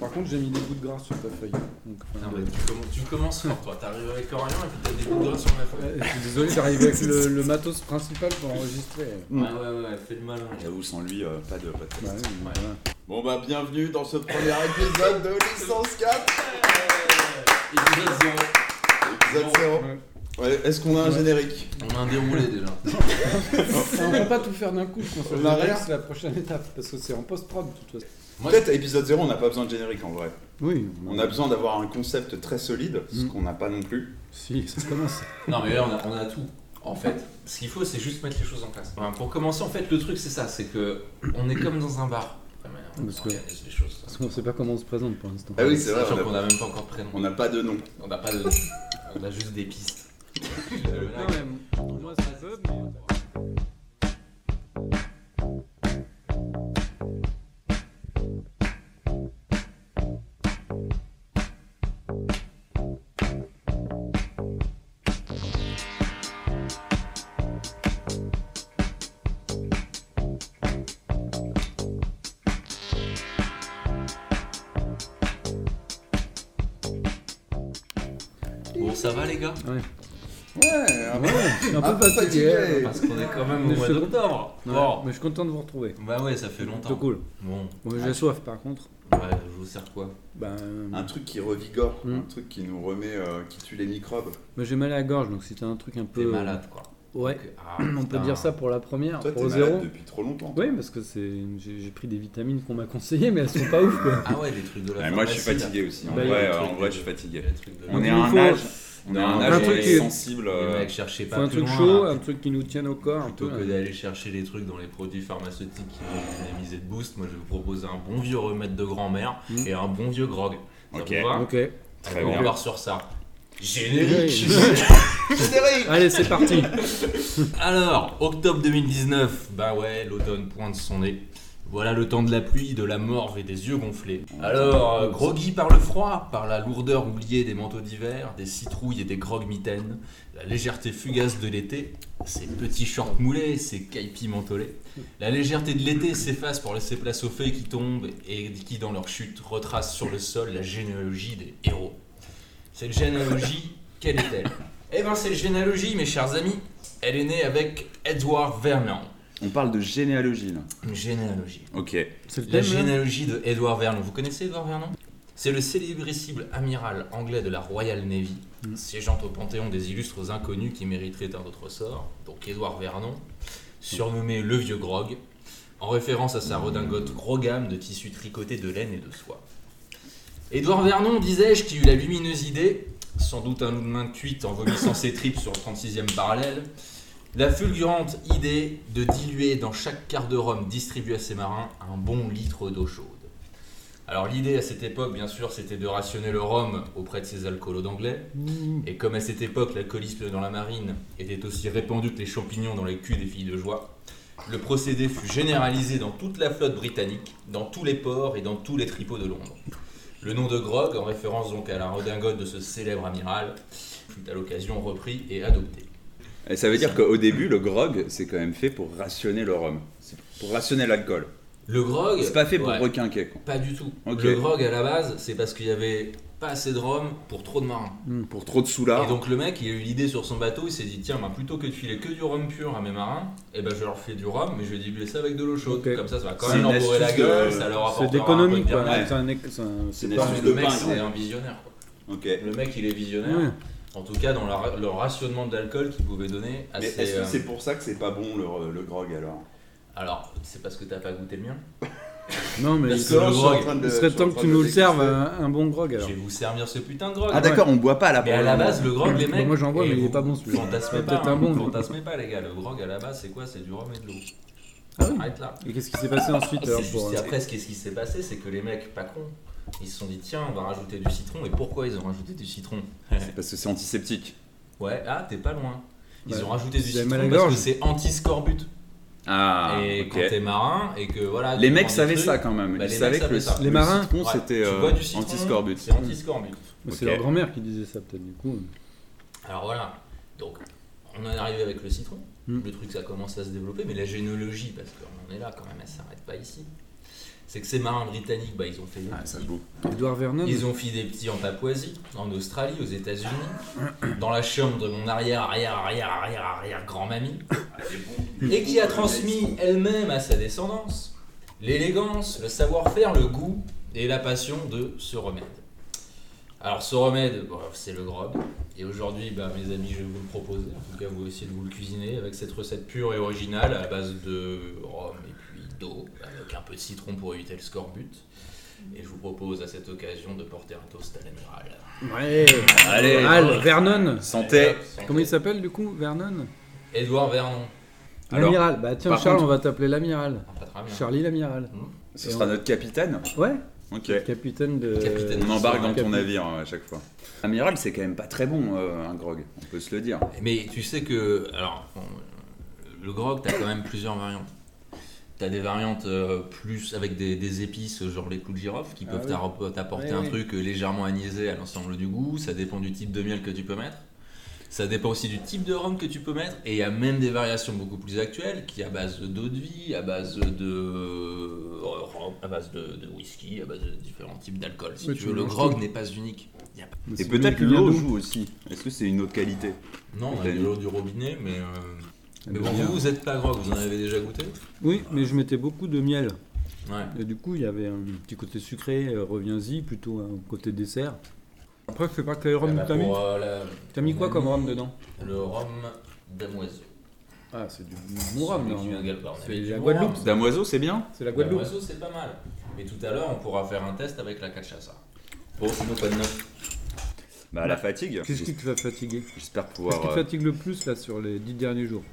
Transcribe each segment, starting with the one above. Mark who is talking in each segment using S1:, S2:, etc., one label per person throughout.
S1: Par contre, j'ai mis des bouts de gras sur ta feuille. Donc,
S2: Non,
S1: euh,
S2: mais tu, commences- tu commences fort, toi. T'arrives avec rien et puis t'as des bouts de gras sur la feuille.
S1: ouais, euh, je suis désolé, j'arrive avec le, le matos principal pour enregistrer.
S3: Mm.
S2: Ah Ouais, ouais, ouais, fais le malin.
S3: J'avoue, sans lui, euh, pas de podcast.
S1: Bah, ouais, mais voilà.
S3: Bon bah, bienvenue dans ce premier épisode de Licence 4
S2: Épisode zéro.
S3: Épisode 0.
S1: Ouais.
S3: Ouais, Est-ce qu'on a un
S1: Ouais.
S3: générique
S2: On a un déroulé déjà.
S1: On va pas tout faire d'un coup, je pense.
S3: On
S1: Le
S3: arrête.
S1: générique, C'est la prochaine étape, parce que c'est en post-prod, de toute façon.
S2: Moi,
S3: Peut-être à épisode 0, on n'a pas besoin de générique en vrai.
S1: Oui,
S3: On a besoin d'avoir un concept très solide, ce
S1: Mm.
S3: qu'on n'a pas non plus.
S1: Si, ça commence.
S2: Non, mais là, on a, on a tout. En fait, ce qu'il faut, c'est juste mettre les choses en place. Enfin, pour commencer, en fait, le truc, c'est ça c'est que on est comme dans un bar. Ouais, mais on
S1: Parce que-
S2: organise les choses.
S1: Parce qu'on sait pas comment on se présente pour l'instant.
S3: Ah oui, c'est vrai,
S2: Sachant
S3: on a-
S2: qu'on a même pas encore de prénom.
S3: on n'a pas de nom.
S2: On n'a pas de. On a juste des pistes.
S1: moi, ça veut, mais...
S2: Bon, ça va, les gars
S3: Ouais, un-
S1: Ouais, je suis un peu
S3: Ah, fatigué.
S1: fatigué.
S2: Parce qu'on est quand même
S1: Mais
S2: au mois
S1: c'est-
S2: d'octobre.
S1: Ouais,
S2: Bon.
S1: Mais je suis content de vous retrouver.
S2: Bah hein. ouais, ça fait
S1: C'est
S2: longtemps.
S1: cool.
S2: Bon,
S1: Bon, j'ai soif, par contre.
S2: ouais, je vous sers quoi
S1: Ben,
S3: un truc qui revigore,
S1: Mm.
S3: un truc qui nous remet, euh, qui tue les microbes.
S1: moi, j'ai mal à la gorge, donc c'était un truc un peu...
S2: T'es malade quoi.
S1: Ouais,
S2: Donc, ah,
S1: on peut
S2: putain.
S1: dire ça pour la première,
S3: Toi, t'es
S1: pour
S3: malade
S1: zéro.
S3: depuis trop longtemps.
S1: Oui, parce que c'est, j'ai, j'ai pris des vitamines qu'on m'a conseillées, mais elles sont pas ouf quoi.
S2: Ah ouais, les trucs de la
S3: Ouais, moi, je suis
S2: pharmacie,
S3: fatigué aussi. En
S1: Bah, il y a
S3: vrai,
S2: des
S3: euh, en
S2: trucs
S3: vrai,
S2: de-
S3: je suis fatigué.
S2: là. Les trucs de la-
S3: On
S1: Donc,
S3: est
S1: il
S3: à un
S1: faut-
S3: âge, on est à
S2: Non,
S3: un
S2: un
S3: âge
S1: truc
S3: où on est
S1: qui-
S3: sensible.
S2: Les
S3: euh,
S2: mecs, cherchez
S1: Faut
S2: pas
S1: un
S2: plus
S1: truc
S2: loin,
S1: chaud, hein.
S2: là.
S1: un truc qui nous tienne au corps un
S2: Plutôt
S1: peu.
S2: que d'aller chercher les trucs dans les produits pharmaceutiques qui vont dynamiser de boost, moi je vais vous proposer un bon vieux remède de grand-mère
S1: Mm.
S2: et un bon vieux grog. Ça
S3: Ok.
S2: vous va
S1: hein. Ok.
S3: Très
S2: On
S3: bien.
S2: part sur ça. Générique
S1: Générique.
S3: Générique
S1: Allez, c'est parti.
S2: Alors, octobre 2019, bah ouais, l'automne pointe son nez. Voilà le temps de la pluie, de la morve et des yeux gonflés. Alors, euh, groggy par le froid, par la lourdeur oubliée des manteaux d'hiver, des citrouilles et des grogues mitaines, la légèreté fugace de l'été, ces petits shorts moulés, ces caipis mentolés. La légèreté de l'été s'efface pour laisser place aux feuilles qui tombent et qui, dans leur chute, retracent sur le sol la généalogie des héros. Cette généalogie, quelle est-elle Eh ben, cette généalogie, mes chers amis, elle est née avec Edward Vernon.
S3: On parle de généalogie là.
S2: Une généalogie.
S3: Ok.
S1: C'est le thème là
S2: La généalogie de Edward Vernon. Vous connaissez Edward Vernon C'est le célébrissime amiral anglais de la Royal Navy,
S1: Mm.
S2: siégeant au panthéon des illustres inconnus qui mériteraient un autre sort. Donc Edward Vernon, surnommé le vieux grog, en référence à sa redingote gros gamme de tissus tricotés de laine et de soie. Edouard Vernon, disais-je, qui eut la lumineuse idée, sans doute un lendemain de cuite en vomissant ses tripes sur le 36e parallèle, la fulgurante idée de diluer dans chaque quart de rhum distribué à ses marins un bon litre d'eau chaude. Alors l'idée à cette époque, bien sûr, c'était de rationner le rhum auprès de ses alcoolos d'anglais,
S1: Mmh.
S2: et comme à cette époque, l'alcoolisme dans la marine était aussi répandu que les champignons dans les culs des filles de joie, le procédé fut généralisé dans toute la flotte britannique, dans tous les ports et dans tous les tripots de Londres. Le nom de grog, en référence donc à la redingote de ce célèbre amiral, fut à l'occasion repris et adopté.
S3: Et ça veut dire qu'au début, le grog, c'est quand même fait pour rationner le rhum. C'est pour rationner l'alcool.
S2: Le grog.
S3: C'est pas fait pour
S2: ouais,
S3: requinquer. Quoi.
S2: Pas du tout.
S3: Ok.
S2: Le grog à la base, c'est parce qu'il y avait pas assez de rhum pour trop de marins.
S3: Pour trop de
S2: Et
S3: soulards.
S2: donc le mec, il a eu l'idée sur son bateau, il s'est dit tiens, bah, plutôt que de filer que du rhum pur à mes marins, eh ben je leur fais du rhum, mais je vais diluer ça avec de l'eau chaude.
S1: Ok.
S2: Comme ça, ça va quand
S3: C'est
S2: même
S3: une
S2: leur bourrer la
S3: astuce de-
S2: gueule, ça leur
S1: C'est
S2: apportera un
S1: d'économie
S2: peu de
S1: quoi.
S2: gamme.
S3: Ouais.
S1: C'est un éc- c'est un- c'est
S3: une
S1: pas-
S2: Non, mais
S3: astuce
S2: le
S3: de
S2: mec,
S3: pingre.
S2: c'est un visionnaire. quoi.
S3: Ok.
S2: Le mec, il est visionnaire.
S1: Ouais.
S2: En tout cas, dans le ra- le rationnement de l'alcool qu'il pouvait donner à
S3: Mais
S2: ses,
S3: est-ce
S2: euh,
S3: que c'est pour ça que c'est pas bon le, le grog alors
S2: Alors, c'est parce que t'as pas goûté le mien.
S1: Non, mais
S3: Parce
S1: il,
S3: que là,
S2: le
S3: je suis en
S2: grog.
S3: train de-
S1: il
S3: je
S1: serait
S3: suis en
S1: temps que
S3: train
S1: tu
S3: de
S1: nous le
S3: déguster.
S1: serves euh, un, un bon grog alors.
S2: Je vais vous servir ce putain de grog.
S3: Ah d'accord, on boit pas là.
S2: Mais à la base, le grog, les
S1: Bah,
S2: mecs.
S1: moi, j'en vois,
S2: et
S1: mais il est
S2: vous-
S1: pas bon,
S2: vous
S1: celui-là.
S2: Fantasmez
S1: C'est
S2: pas,
S1: peut-être
S2: hein,
S1: un bon,
S2: vous
S1: mais-
S2: fantasmez pas, les gars. Le grog à la base, c'est quoi C'est du rhum et de l'eau.
S1: Ah oui.
S2: Arrête là.
S1: Et qu'est-ce qui s'est passé ensuite
S2: Ah, C'est
S1: alors
S2: juste-
S1: pour... euh,
S2: et après, ce qui, ce qui s'est passé, c'est que les mecs, pas cons, ils se sont dit tiens, on va rajouter du citron. Et pourquoi ils ont rajouté du citron
S3: Parce que c'est antiseptique.
S2: Ouais, ah, t'es pas loin. Ils
S1: Ouais.
S2: ont rajouté du
S1: Vous avez
S2: citron
S1: mal à la
S2: parce que
S1: gorge
S2: c'est anti-scorbut.
S3: Ah.
S2: et
S3: ok.
S2: quand t'es marin et que voilà.
S3: Les
S2: tu
S3: mecs
S2: prends des
S3: savaient
S2: trucs,
S3: ça quand même.
S2: bah,
S3: Ils
S2: les
S3: savaient
S2: mecs
S3: que le,
S2: savaient ça.
S3: le
S1: Les marins
S3: citron
S2: Ouais.
S3: c'était
S2: tu
S3: euh,
S2: bois du citron,
S3: anti-scorbut.
S2: C'est anti-scorbut.
S1: Mais C'est
S3: Ok.
S1: leur grand-mère qui disait ça peut-être du coup.
S2: Alors voilà, donc on en est arrivé avec le citron,
S1: Mm.
S2: le truc ça commence à se développer, mais la généalogie, parce qu'on en est là quand même, elle s'arrête pas ici. c'est que ces marins britanniques, bah, ils ont fait des
S3: Ah, ça
S2: petits-
S3: boue.
S1: Edouard Vernon.
S2: ils ont fait des petits en Papouasie, en Australie, aux États-Unis, dans la chambre de mon arrière, arrière, arrière, arrière, arrière grand-mamie, et qui a transmis elle-même à sa descendance l'élégance, le savoir-faire, le goût et la passion de ce remède. Alors, ce remède, bon, c'est le grog. Et aujourd'hui, bah, mes amis, je vais vous le proposer. En tout cas, vous essayez de vous le cuisiner avec cette recette pure et originale à base de rhum et puis d'eau, avec un peu de citron pour éviter le scorbut. Et je vous propose à cette occasion de porter un toast à l'amiral.
S1: Ouais.
S3: Allez.
S1: Al Vernon.
S3: Santé.
S1: Comment il s'appelle du coup Vernon
S2: Edouard Vernon.
S3: Alors,
S1: L'amiral. Bah tiens
S3: par
S1: Charles,
S3: contre-
S1: on va t'appeler l'amiral.
S2: Ah, pas très bien.
S1: Charlie l'amiral.
S3: Ce
S1: Et
S3: sera
S1: on-
S3: notre capitaine.
S1: Ouais.
S3: Ok.
S1: Capitaine de.
S2: Capitaine.
S3: On embarque dans ton
S1: Capitaine.
S3: navire hein, à chaque fois. Amiral, c'est quand même pas très bon, euh, un grog. On peut se le dire.
S2: Mais tu sais que. Alors, bon, le grog, t'as quand même plusieurs variantes. T'as des variantes euh, plus avec des, des épices, genre les clous de girofle, qui
S1: Ah
S2: peuvent
S1: oui.
S2: t'ar- t'apporter
S1: Oui,
S2: un
S1: oui.
S2: truc euh, légèrement anisé à l'ensemble du goût. Ça dépend du type de miel que tu peux mettre. Ça dépend aussi du type de rhum que tu peux mettre. Et il y a même des variations beaucoup plus actuelles, qui à base d'eau de vie, à base de rhum, à base de, de whisky, à base de différents types d'alcool. Si
S1: Oui,
S2: tu
S1: tu
S2: veux, le
S1: mélanges
S2: grog
S1: tout.
S2: n'est pas unique. Il y a pas-
S1: Mais
S3: Et
S1: c'est bien
S3: peut-être
S1: qu'il vient
S3: l'eau
S1: d'où
S3: joue aussi. Est-ce que c'est une autre qualité
S2: Non, on a
S3: T'as
S2: de
S3: une-
S2: l'eau du robinet, mais. euh,
S1: Elle
S2: Mais
S1: est
S2: bon,
S1: bien.
S2: vous, vous êtes pas grog, vous en avez déjà goûté
S1: Oui, mais je mettais beaucoup de miel.
S2: Ouais.
S1: Et du coup, il y avait un petit côté sucré, euh, reviens-y, plutôt un côté dessert. Après, je sais pas quel
S3: Ah bah,
S1: rhum t'as mis. T'as mis quoi comme rhum dedans
S2: Le rhum d'amoiseau.
S1: Ah, c'est du
S2: Mon
S1: bon rhum, non C'est la Guadeloupe.
S3: Damoiseau, c'est bien
S1: C'est la
S3: Ah
S1: Guadeloupe.
S2: D'amoiseau, c'est pas mal. Mais tout à l'heure, on pourra faire un test avec la cachaça.
S3: Oh,
S2: Bon, sinon, pas de neuf.
S3: Bah, la fatigue.
S1: Qu'est-ce qui te va fatiguer
S3: J'espère
S1: Qu'est-ce qui te
S3: pouvoir. euh, Ah.
S1: fatigue le plus là sur les 10 derniers jours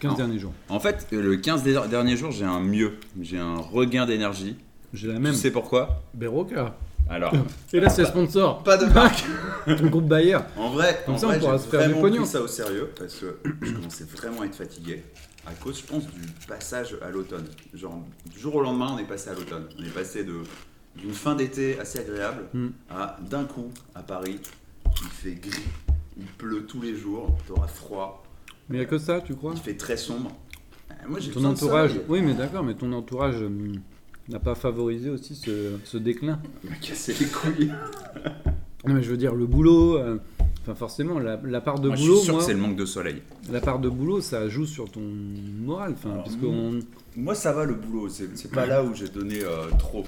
S1: 15
S3: Non.
S1: derniers jours.
S3: En fait, le 15 des- derniers jours, j'ai un mieux. J'ai un regain d'énergie.
S1: J'ai la
S3: Tu
S1: même.
S3: sais pourquoi
S1: Beroca.
S3: Alors,
S1: Et là, c'est sponsor.
S3: pas de marque
S1: Ton groupe Bayer.
S3: En vrai,
S1: Comme
S3: en
S1: ça, on
S3: vrai,
S1: pourra
S3: j'ai
S1: se faire du
S3: vraiment
S1: pognon.
S3: pris ça au sérieux parce que je commençais vraiment à être fatigué à cause, je pense, du passage à l'automne. Genre, du jour au lendemain, on est passé à l'automne. On est passé de d'une fin d'été assez agréable
S1: Mm.
S3: à d'un coup à Paris, il fait gris, il pleut tous les jours, t'auras froid,
S1: Mais il n'y a que ça, tu crois
S3: il fait très sombre. Euh, Moi, j'ai
S1: Ton
S3: besoin de
S1: entourage.
S3: soleil.
S1: Oui, mais d'accord, mais ton entourage hum, n'a pas favorisé aussi ce, ce déclin.
S3: Il m'a cassé les couilles.
S1: Non, mais je veux dire, le boulot. euh, Enfin, forcément, la, la part de boulot, moi,
S3: le manque de soleil.
S1: la part de boulot, ça joue sur ton moral. Enfin,
S3: Alors, hum,
S1: parce
S3: moi,
S1: qu'on-
S3: Moi, ça va le boulot, c'est c'est pas là où j'ai donné euh, trop.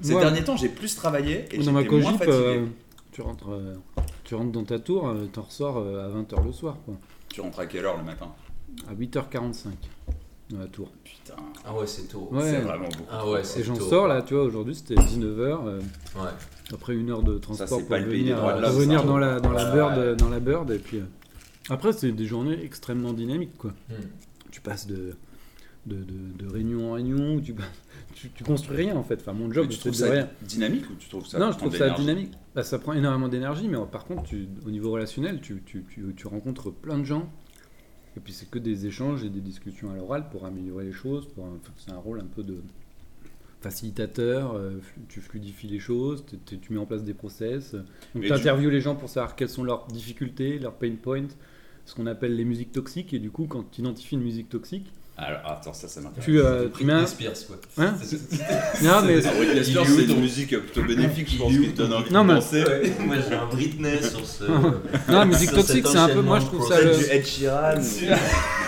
S3: Ces
S1: Moi-
S3: derniers temps, j'ai plus travaillé et j'étais
S1: dans ma
S3: moins
S1: cogip,
S3: fatigué.
S1: euh, tu rentres, euh, tu rentres dans ta tour, euh, t'en ressors euh, à 20h le soir, quoi.
S3: Tu rentres à quelle heure le matin
S1: À 8h45 dans la tour.
S3: Putain,
S2: Ah ouais, c'est tôt.
S1: Ouais.
S3: c'est vraiment beaucoup.
S2: Ah ouais, c'est
S1: Et j'en
S2: tôt.
S1: sors là, tu vois, aujourd'hui c'était 19h. euh,
S2: Ouais.
S1: après une heure de transport
S3: c'est
S1: pour
S3: pas le pays des
S1: venir,
S3: droits de
S1: euh,
S3: l'homme,
S1: pour venir
S3: ça.
S1: dans la dans la
S2: Ouais.
S1: bird, euh, dans la bird, et puis euh, après c'est des journées extrêmement dynamiques, quoi.
S2: Hmm.
S1: Tu passes de de, de- de réunion en réunion, où tu, passes- tu, tu construis rien en fait. Enfin, mon job,
S3: Mais tu
S1: c'est
S3: trouves
S1: de
S3: ça
S1: rien.
S3: dynamique ou tu trouves ça
S1: non, je
S3: prend
S1: trouve
S3: de
S1: ça
S3: l'énergie
S1: dynamique. Bah, ça prend énormément d'énergie, mais euh, par contre, tu- au niveau relationnel, tu, tu- tu- tu rencontres plein de gens. Et puis, c'est que des échanges et des discussions à l'oral pour améliorer les choses. pour un- enfin, c'est un rôle un peu de facilitateur. euh, flu- tu fluidifies les choses, tu- tu- tu mets en place des process.
S3: Mais
S1: Tu interviews les gens pour savoir quelles sont leurs difficultés, leurs pain points, ce qu'on appelle les musiques toxiques. Et du coup, quand tu identifies une musique toxique,
S3: Alors attends, ça, ça m'intéresse.
S1: tu, euh, tu mets un-
S2: Britney Spears, quoi.
S1: Hein
S2: C'est-
S1: Non, mais
S3: Alors, Whitney
S2: Il
S3: Spears,
S2: est où
S3: c'est
S2: ton-
S3: une musique plutôt bénéfique, je pense,
S2: Il est où
S3: qui te donne envie
S1: Non,
S3: de
S1: mais-
S3: danser.
S2: Ouais, Moi, j'ai un Britney sur ce.
S1: Non, musique
S2: Sur cet
S1: toxique, c'est un peu. Moi, je trouve
S2: enchaînement
S1: ça. le-
S3: Du Ed Sheeran. ou-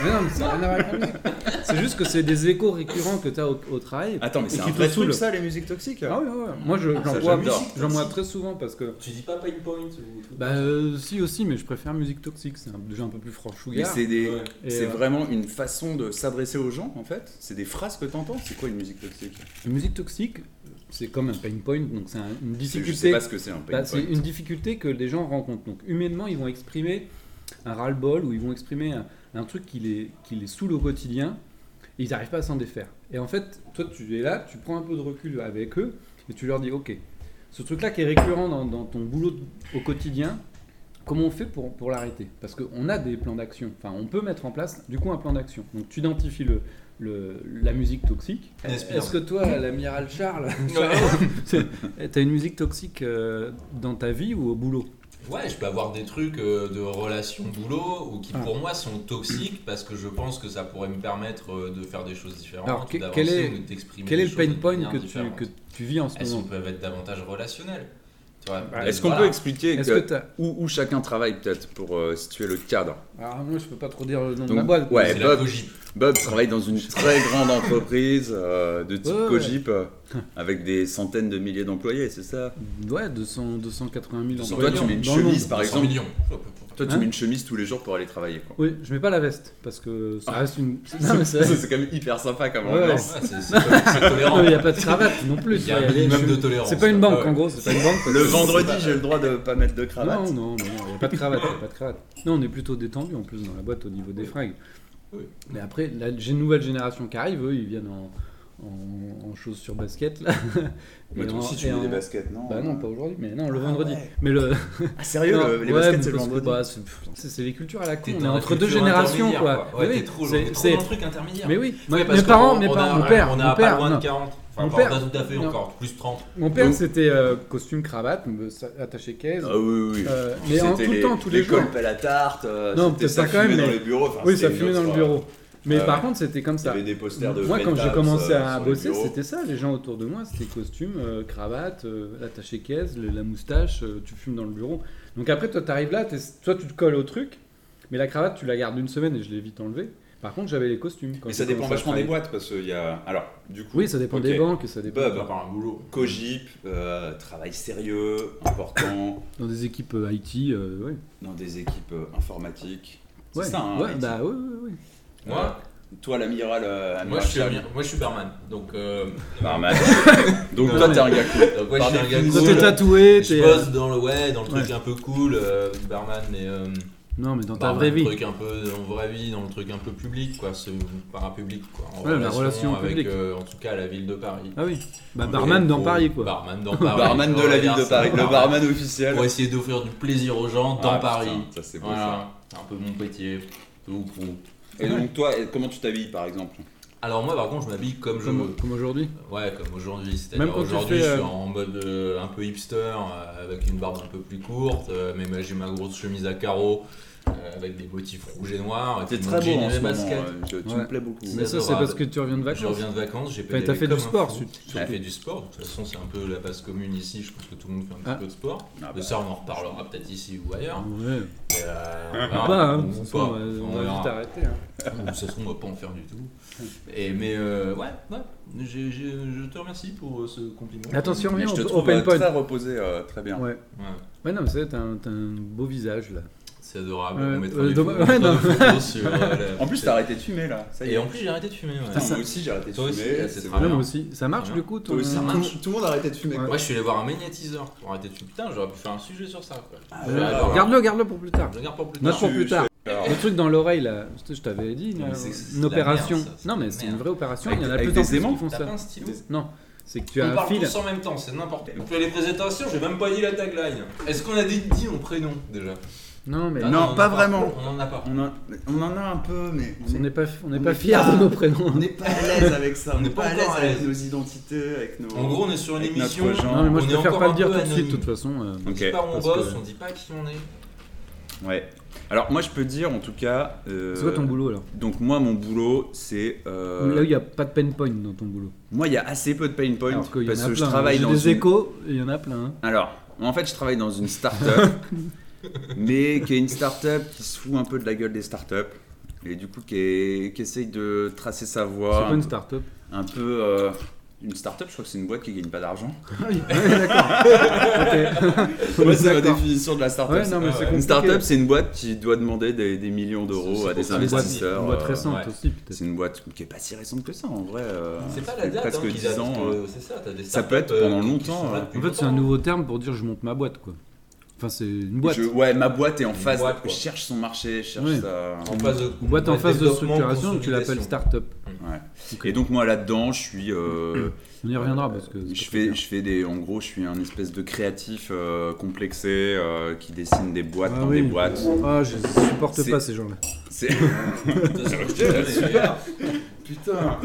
S1: Mais non, mais ça n'a rien à voir avec la musique. C'est juste que c'est des échos récurrents que tu as au, au travail.
S3: Attends, mais c'est
S1: Et
S3: un
S1: qui te
S3: vrai
S1: saoule.
S3: truc ça, les musiques toxiques
S1: Ah ouais, ouais, ouais. Moi, je- j'en
S3: Ah, Ça,
S1: vois,
S3: j'adore.
S1: j'en vois très souvent parce que.
S2: Tu dis pas Pain Point ou tout
S1: Bah, euh, si aussi, mais je préfère musique toxique. C'est un, déjà un peu plus franc
S3: Mais
S1: chouillard.
S3: c'est des...
S2: Ouais.
S1: Et,
S3: C'est
S1: euh,
S3: vraiment une façon de s'adresser aux gens en fait C'est des phrases que t'entends C'est quoi une musique toxique
S1: la musique toxique, c'est comme un pain point, donc c'est un- une
S3: Je sais
S1: difficulté.
S3: pas ce que c'est un peu.
S1: Bah, c'est une difficulté que les gens rencontrent. Donc, humainement, ils vont exprimer un ras-le-bol ou ils vont exprimer un, un truc qui les, qui les saoule au quotidien et ils n'arrivent pas à s'en défaire. Et en fait, toi, tu es là, tu prends un peu de recul avec eux et tu leur dis Ok, ce truc-là qui est récurrent dans, dans ton boulot de- au quotidien, comment on fait pour, pour l'arrêter Parce qu'on a des plans d'action. Enfin, on peut mettre en place, du coup, un plan d'action. Donc, tu identifies le. le- la musique toxique.
S2: Respire.
S1: Est-ce que toi, l'amiral Charles,
S2: Ouais.
S1: T'as une musique toxique euh, dans ta vie ou au boulot
S2: Ouais, je peux avoir des trucs euh, de relations boulot ou qui
S1: Ah.
S2: pour moi sont toxiques parce que je pense que ça pourrait me permettre euh, de faire des choses différentes,
S1: Alors, que-
S2: d'avancer
S1: quel est-
S2: ou d'exprimer
S1: Quel
S2: des
S1: est le
S2: choses
S1: pain
S2: de
S1: point
S2: manière
S1: que tu,
S2: différente.
S1: que tu vis en ce
S2: Elles sont-
S1: moment
S2: peuvent être davantage relationnelles. Tu vois,
S1: Bah,
S2: donc
S3: Est-ce qu'on
S2: voilà.
S3: peut expliquer
S1: Est-ce
S3: que-
S1: que t'as-
S3: où, où chacun travaille peut-être pour euh, situer le cadre
S1: Alors moi je peux pas trop dire le nom de
S3: Donc,
S1: ma boîte.
S3: ouais.
S2: C'est la
S3: Bob.
S2: cogite.
S3: Bob travaille dans une très grande entreprise euh, de type
S1: Ouais, ouais.
S3: Cogip euh, avec des centaines de milliers d'employés, c'est ça
S1: Ouais, 200, 280 000
S3: Toi,
S1: employés.
S3: tu mets une
S1: dans le monde.
S3: chemise, par
S2: 100
S3: exemple.
S2: millions.
S3: Toi, tu
S1: Hein
S3: mets une chemise tous les jours pour aller travailler. quoi.
S1: Oui, je mets pas la veste parce que ça
S3: Ah.
S1: reste une. Non mais
S3: Ça,
S1: c'est.
S3: c'est quand même hyper sympa comme
S1: Ouais,
S3: ambiance.
S2: Ouais, c'est c'est tol- c'est tolérant.
S1: Non, il n'y a pas de cravate non plus.
S2: Il y
S1: tu
S2: a un
S1: vois, y a les
S2: minimum de
S1: chemises.
S2: tolérance.
S1: C'est pas une
S2: Ouais.
S1: banque en gros, c'est pas une banque. parce
S3: Le
S1: que-
S3: vendredi, j'ai le droit de pas mettre de cravate.
S1: Non, non, non, il n'y a pas de cravate, y a pas de cravate. Non, on est plutôt détendu en plus dans la boîte au niveau des fringues.
S2: Oui.
S1: Mais après, la g- nouvelle génération qui arrive, eux, ils viennent en, en, en choses sur basket. Là.
S4: Mais
S1: Et
S4: toi
S1: en-
S4: aussi, tu
S1: et
S4: mets des
S1: en-
S4: baskets, non
S1: Bah non, pas aujourd'hui, mais non, le
S4: Ah
S1: vendredi.
S4: ouais.
S1: Mais le.
S3: Ah, sérieux,
S1: non,
S3: le- les
S1: ouais,
S3: baskets,
S1: mais
S3: c'est le
S1: parce que,
S3: vendredi.
S1: bah, c'est- pff, c'est c'est les cultures à la con.
S2: T'es
S1: On est
S2: dans la
S1: entre deux
S2: culture
S1: générations, quoi.
S2: intermédiaire, Ouais,
S1: Mais
S2: t'es
S1: oui,
S2: trop,
S1: c'est-
S2: t'es trop
S1: c'est-
S2: dans le truc intermédiaire.
S1: Mais oui,
S2: Ouais,
S1: mes
S2: parce
S1: mes parents,
S2: qu'on-
S1: mes
S2: on
S1: parents,
S2: a-
S1: mon père,
S2: on a
S1: mon
S2: pas
S1: père,
S2: loin de
S1: non.
S2: 40. Enfin,
S1: Mon
S2: pas-
S1: père-
S2: pas tout à fait
S1: non.
S2: encore, plus 30.
S1: Mon père,
S3: Donc-
S1: c'était euh, costume, cravate, me- sa- attaché caisse.
S3: Ah oui, oui.
S1: Euh, mais en
S3: C'était
S1: tout le temps, tous les jours.
S3: colpes à la tarte. euh,
S1: Non,
S3: c'était-
S1: peut-être
S3: ça
S1: pas quand même,
S3: fumait dans
S1: mais-
S3: les bureaux. enfin,
S1: Oui,
S3: c'était
S1: ça
S3: une
S1: fumait
S3: autre
S1: dans le
S3: soirée.
S1: bureau.
S2: Ah
S1: Mais
S3: Ouais,
S1: par
S3: ouais.
S1: contre, c'était comme
S3: Il y
S1: ça.
S3: avait des posters de
S1: Moi,
S3: Fred
S1: quand j'ai
S3: Taps,
S1: commencé
S3: euh,
S1: à
S3: sur les
S1: bosser,
S3: bureaux.
S1: c'était ça. Les gens autour de moi, c'était costume, euh, cravate, euh, attaché caisse, le- la moustache, euh, tu fumes dans le bureau. Donc après, toi, t'arrives là, t'es- toi, tu te colles au truc, mais la cravate, tu la gardes une semaine et je l'ai vite enlevée. Par contre, j'avais les costumes. quand
S4: Mais ça
S1: j'ai
S4: dépend
S1: commencé à
S4: vachement des
S1: travailler.
S4: boîtes parce qu'il y a. Alors, du coup.
S1: Oui, ça dépend
S4: Ok.
S1: des banques, ça dépend.
S4: Bob,
S2: Pas par un boulot.
S4: Cogip, euh, travail sérieux, important,
S1: Dans des équipes euh, IT, euh, ouais.
S4: dans des équipes euh, informatiques. C'est
S1: Ouais,
S4: ça, hein,
S1: ouais,
S4: IT.
S1: bah ouais, ouais, ouais.
S2: Moi,
S4: Toi, l'amiral. euh,
S2: moi,
S4: amiral
S2: je suis,
S4: Charles.
S2: ami- moi, je suis barman. Donc, euh,
S3: Non, mais attends. Donc
S1: Non,
S3: toi,
S1: mais-
S3: t'es un gars cool.
S2: donc ouais, je
S3: Par
S2: suis un gars
S3: définition,
S1: Toi,
S3: Cool.
S1: t'es
S2: cool.
S1: tatoué,
S2: Je
S1: t'es,
S2: bosse
S1: euh,
S2: dans le, ouais, dans le truc
S1: ouais.
S2: un peu cool, euh, barman, mais. euh,
S1: Non, mais dans ta
S2: barman,
S1: vraie vie.
S2: truc un peu dans la vraie vie, dans le truc un peu public, quoi, ce parapublic, quoi. En
S1: Ouais, la relation
S2: avec,
S1: public.
S2: euh, en tout cas, la ville de Paris.
S1: Ah oui. Bah,
S2: Mais
S1: barman dans
S2: pour-
S1: Paris, quoi.
S2: Barman dans Paris.
S3: barman de la
S2: Ouais,
S3: ville de
S2: ça,
S3: Paris. Le barman officiel.
S2: Pour essayer d'offrir du plaisir aux gens dans
S3: Ah,
S2: Paris.
S3: putain, Ça, c'est beau ça.
S2: Voilà, un peu Montpellier, tout prou.
S3: Et donc, toi, et comment tu t'habilles par exemple
S2: Alors moi par contre je m'habille comme je
S1: Comme,
S2: veux.
S1: comme aujourd'hui.
S2: Ouais comme aujourd'hui.
S1: Même
S2: C'est-à-dire
S1: quand tu
S2: aujourd'hui
S1: fais,
S2: je suis
S1: euh,
S2: en mode euh, un peu hipster euh, avec une barbe un peu plus courte, euh, mais moi, j'ai ma grosse chemise à carreaux euh, avec des motifs rouges et noirs. et
S3: T'es
S2: puis
S3: très
S2: mon
S3: beau
S2: jean
S3: en
S2: et
S3: ce
S2: mes
S3: moment.
S2: baskets.
S3: euh, je- Tu
S1: Ouais.
S3: me plais beaucoup.
S2: C'est
S1: Mais ça, c'est
S2: adorable.
S1: parce que tu reviens de
S2: Je
S1: vacances.
S2: reviens de vacances, j'ai
S1: Enfin, t'as
S2: pédalé
S1: fait du
S2: comme un
S1: sport,
S2: fou.
S1: tu-
S2: J'ai fait du sport, de toute façon c'est un peu la base commune ici, je pense que tout le monde fait un petit
S1: Ah.
S2: peu de sport.
S3: Ah
S2: Mais
S3: bah.
S2: ça on en reparlera peut-être ici ou ailleurs.
S1: Ouais.
S2: Mais, euh, on
S1: Ah,
S2: verra.
S1: bah, hein,
S2: Ou
S1: de toute façon,
S2: pas.
S1: on va-
S2: Enfin,
S1: on va
S2: verra.
S1: vite arrêter. hein.
S2: De toute façon, on va pas en faire du tout. Et, mais euh, ouais, ouais, j'ai- j'ai- je te remercie pour euh, ce compliment.
S1: Attention,
S3: Mais
S1: reviens
S3: je
S1: au-
S3: te
S1: au
S3: trouve
S1: pain
S3: euh,
S1: point.
S3: très reposé, euh, très bien.
S1: Ouais.
S2: Ouais,
S1: Ouais, non, mais c'est t'as un, t'as un beau visage là.
S2: c'est adorable.
S1: Ouais,
S2: on mettra
S1: euh,
S2: des
S1: dommage-
S2: photos-
S1: ouais, non.
S2: des photos sur, euh, la-
S3: En plus, t'as arrêté de fumer là. Ça y
S2: Et
S3: est.
S2: en plus, j'ai arrêté de fumer. ouais.
S3: Putain,
S1: ça-
S3: moi aussi, j'ai arrêté de
S2: Toi aussi,
S3: fumer.
S2: c'est
S3: c'est
S2: Ah
S1: ouais,
S2: bien.
S1: moi aussi. Ça marche
S2: Ah
S1: du coup ton-
S3: Toi aussi,
S2: Ça
S3: tout-
S2: marche.
S3: Tout le monde a arrêté de fumer.
S1: Ouais.
S3: quoi.
S2: Moi, je suis allé voir un magnétiseur pour arrêter de fumer. Putain, j'aurais pu faire un sujet sur ça. quoi.
S3: Ah,
S1: Euh,
S3: ouais,
S2: alors,
S3: ouais.
S1: Garde-le, garde-le pour plus tard.
S2: Je regarde pour plus
S1: Note
S2: tard.
S1: pour
S3: je-
S1: plus tard.
S3: Alors,
S1: Le truc dans l'oreille là, je je t'avais dit,
S2: Non,
S1: là,
S2: mais c'est- c'est de
S1: une
S2: la
S1: opération.
S2: merde, ça, c'est
S1: non,
S2: de la
S1: mais c'est une
S2: merde.
S1: vraie opération.
S3: Avec-
S1: Il y en a de
S3: avec
S1: plus en
S3: des
S1: plus
S3: aimants
S1: qui font
S2: T'as
S1: ça.
S2: pas un stylo
S1: Non, c'est que tu as
S2: On
S1: un
S2: parle
S1: fil.
S2: tous en même temps, c'est n'importe quoi. On fait les présentations, j'ai même pas dit la tagline. Est-ce qu'on a dit, dit mon prénom déjà
S1: Euh, Non, mais
S2: Ah
S3: Non,
S2: on en a
S3: pas vraiment.
S2: On en a pas.
S3: On en- on en a un peu, mais
S1: on n'est pas, on n'est
S3: on
S1: pas
S3: est
S1: fiers
S3: pas-
S1: de nos prénoms.
S3: On n'est pas à l'aise avec ça,
S2: On
S3: on
S2: n'est
S3: n'est
S2: pas
S3: pas à
S2: encore
S3: l'aise
S2: à
S3: avec
S2: l'aise.
S3: nos identités, avec nos.
S2: En gros, on est sur une
S3: Avec notre
S2: émission.
S3: genre.
S1: Non, mais moi je
S2: on est
S1: préfère
S2: encore
S1: pas
S2: un
S1: le dire
S2: peu
S1: tout de suite, de
S2: anonyme.
S1: toute façon. euh.
S2: On dit pas où on
S1: parce
S2: bosse,
S1: que-
S2: on dit pas qui on est.
S3: ouais. Alors, moi je peux dire en tout cas. euh,
S1: C'est quoi ton boulot alors
S3: Donc, moi mon boulot, c'est. euh,
S1: Là où il n'y a pas de pain point dans ton boulot.
S3: Moi il y a assez peu de pain points
S1: Alors qu'il y en a
S3: parce que je
S1: plein, hein.
S3: travaille
S1: J'ai
S3: dans.
S1: des
S3: une-
S1: échos, et il y en a plein. hein.
S3: Alors, en fait, je travaille dans une start-up, mais qui est une start-up qui se fout un peu de la gueule des start-up. Et du coup, qui, est- qui essaye de tracer sa
S1: C'est
S2: Bah,
S3: voie.
S1: pas
S3: un,
S1: une start-up.
S3: un peu. euh, Une start-up, je crois que c'est une boîte qui gagne pas d'argent.
S1: Ah oui, d'accord. Ok.
S3: Ouais, c'est la
S1: D'accord.
S3: définition de la start-up.
S1: Ouais, non, mais
S2: Ah,
S1: c'est
S2: ouais.
S1: compliqué.
S3: Une start-up, c'est une boîte qui doit demander des, des millions
S2: C'est-
S3: d'euros
S2: c'est
S3: à
S2: pour
S3: des
S2: ça,
S1: une boîte,
S3: investisseurs.
S1: une boîte
S3: euh,
S1: récente
S2: ouais.
S1: aussi, peut-être.
S3: C'est une boîte qui est pas si récente que ça en vrai. euh,
S1: Ah,
S2: C'est pas
S3: ça
S2: la
S3: fait
S2: date
S3: presque
S2: hein, qu'ils
S3: 10 ans.
S2: datent,
S3: euh.
S2: euh, c'est ça, t'as des
S3: Ça peut être
S2: startups, euh,
S3: pendant
S2: qui
S3: longtemps,
S2: sont là
S3: ouais.
S2: depuis
S1: hein. En fait, c'est
S2: longtemps.
S1: un nouveau terme pour dire je monte ma boîte, quoi. Enfin, c'est une boîte.
S3: Je- ouais, ma boîte est en phase.
S2: boîte, quoi.
S3: cherche son marché, cherche
S1: Ouais.
S3: sa-
S2: En phase de,
S1: Une boîte en phase de
S2: développement,
S1: structuration, tu l'appelles
S2: consolidation.
S1: start-up.
S3: Ouais.
S1: Ok.
S3: Et donc moi là-dedans, je suis. euh,
S1: On y reviendra parce que. c'est
S3: je
S1: pas très
S3: fais,
S1: clair.
S3: je fais des. En gros, je suis un espèce de créatif euh, complexé euh, qui dessine des boîtes
S1: Ah
S3: dans
S1: oui.
S3: des boîtes.
S1: Ah, je supporte
S3: C'est-
S1: pas ces gens-là.
S3: C'est
S2: Putain, c'est génial.
S3: putain.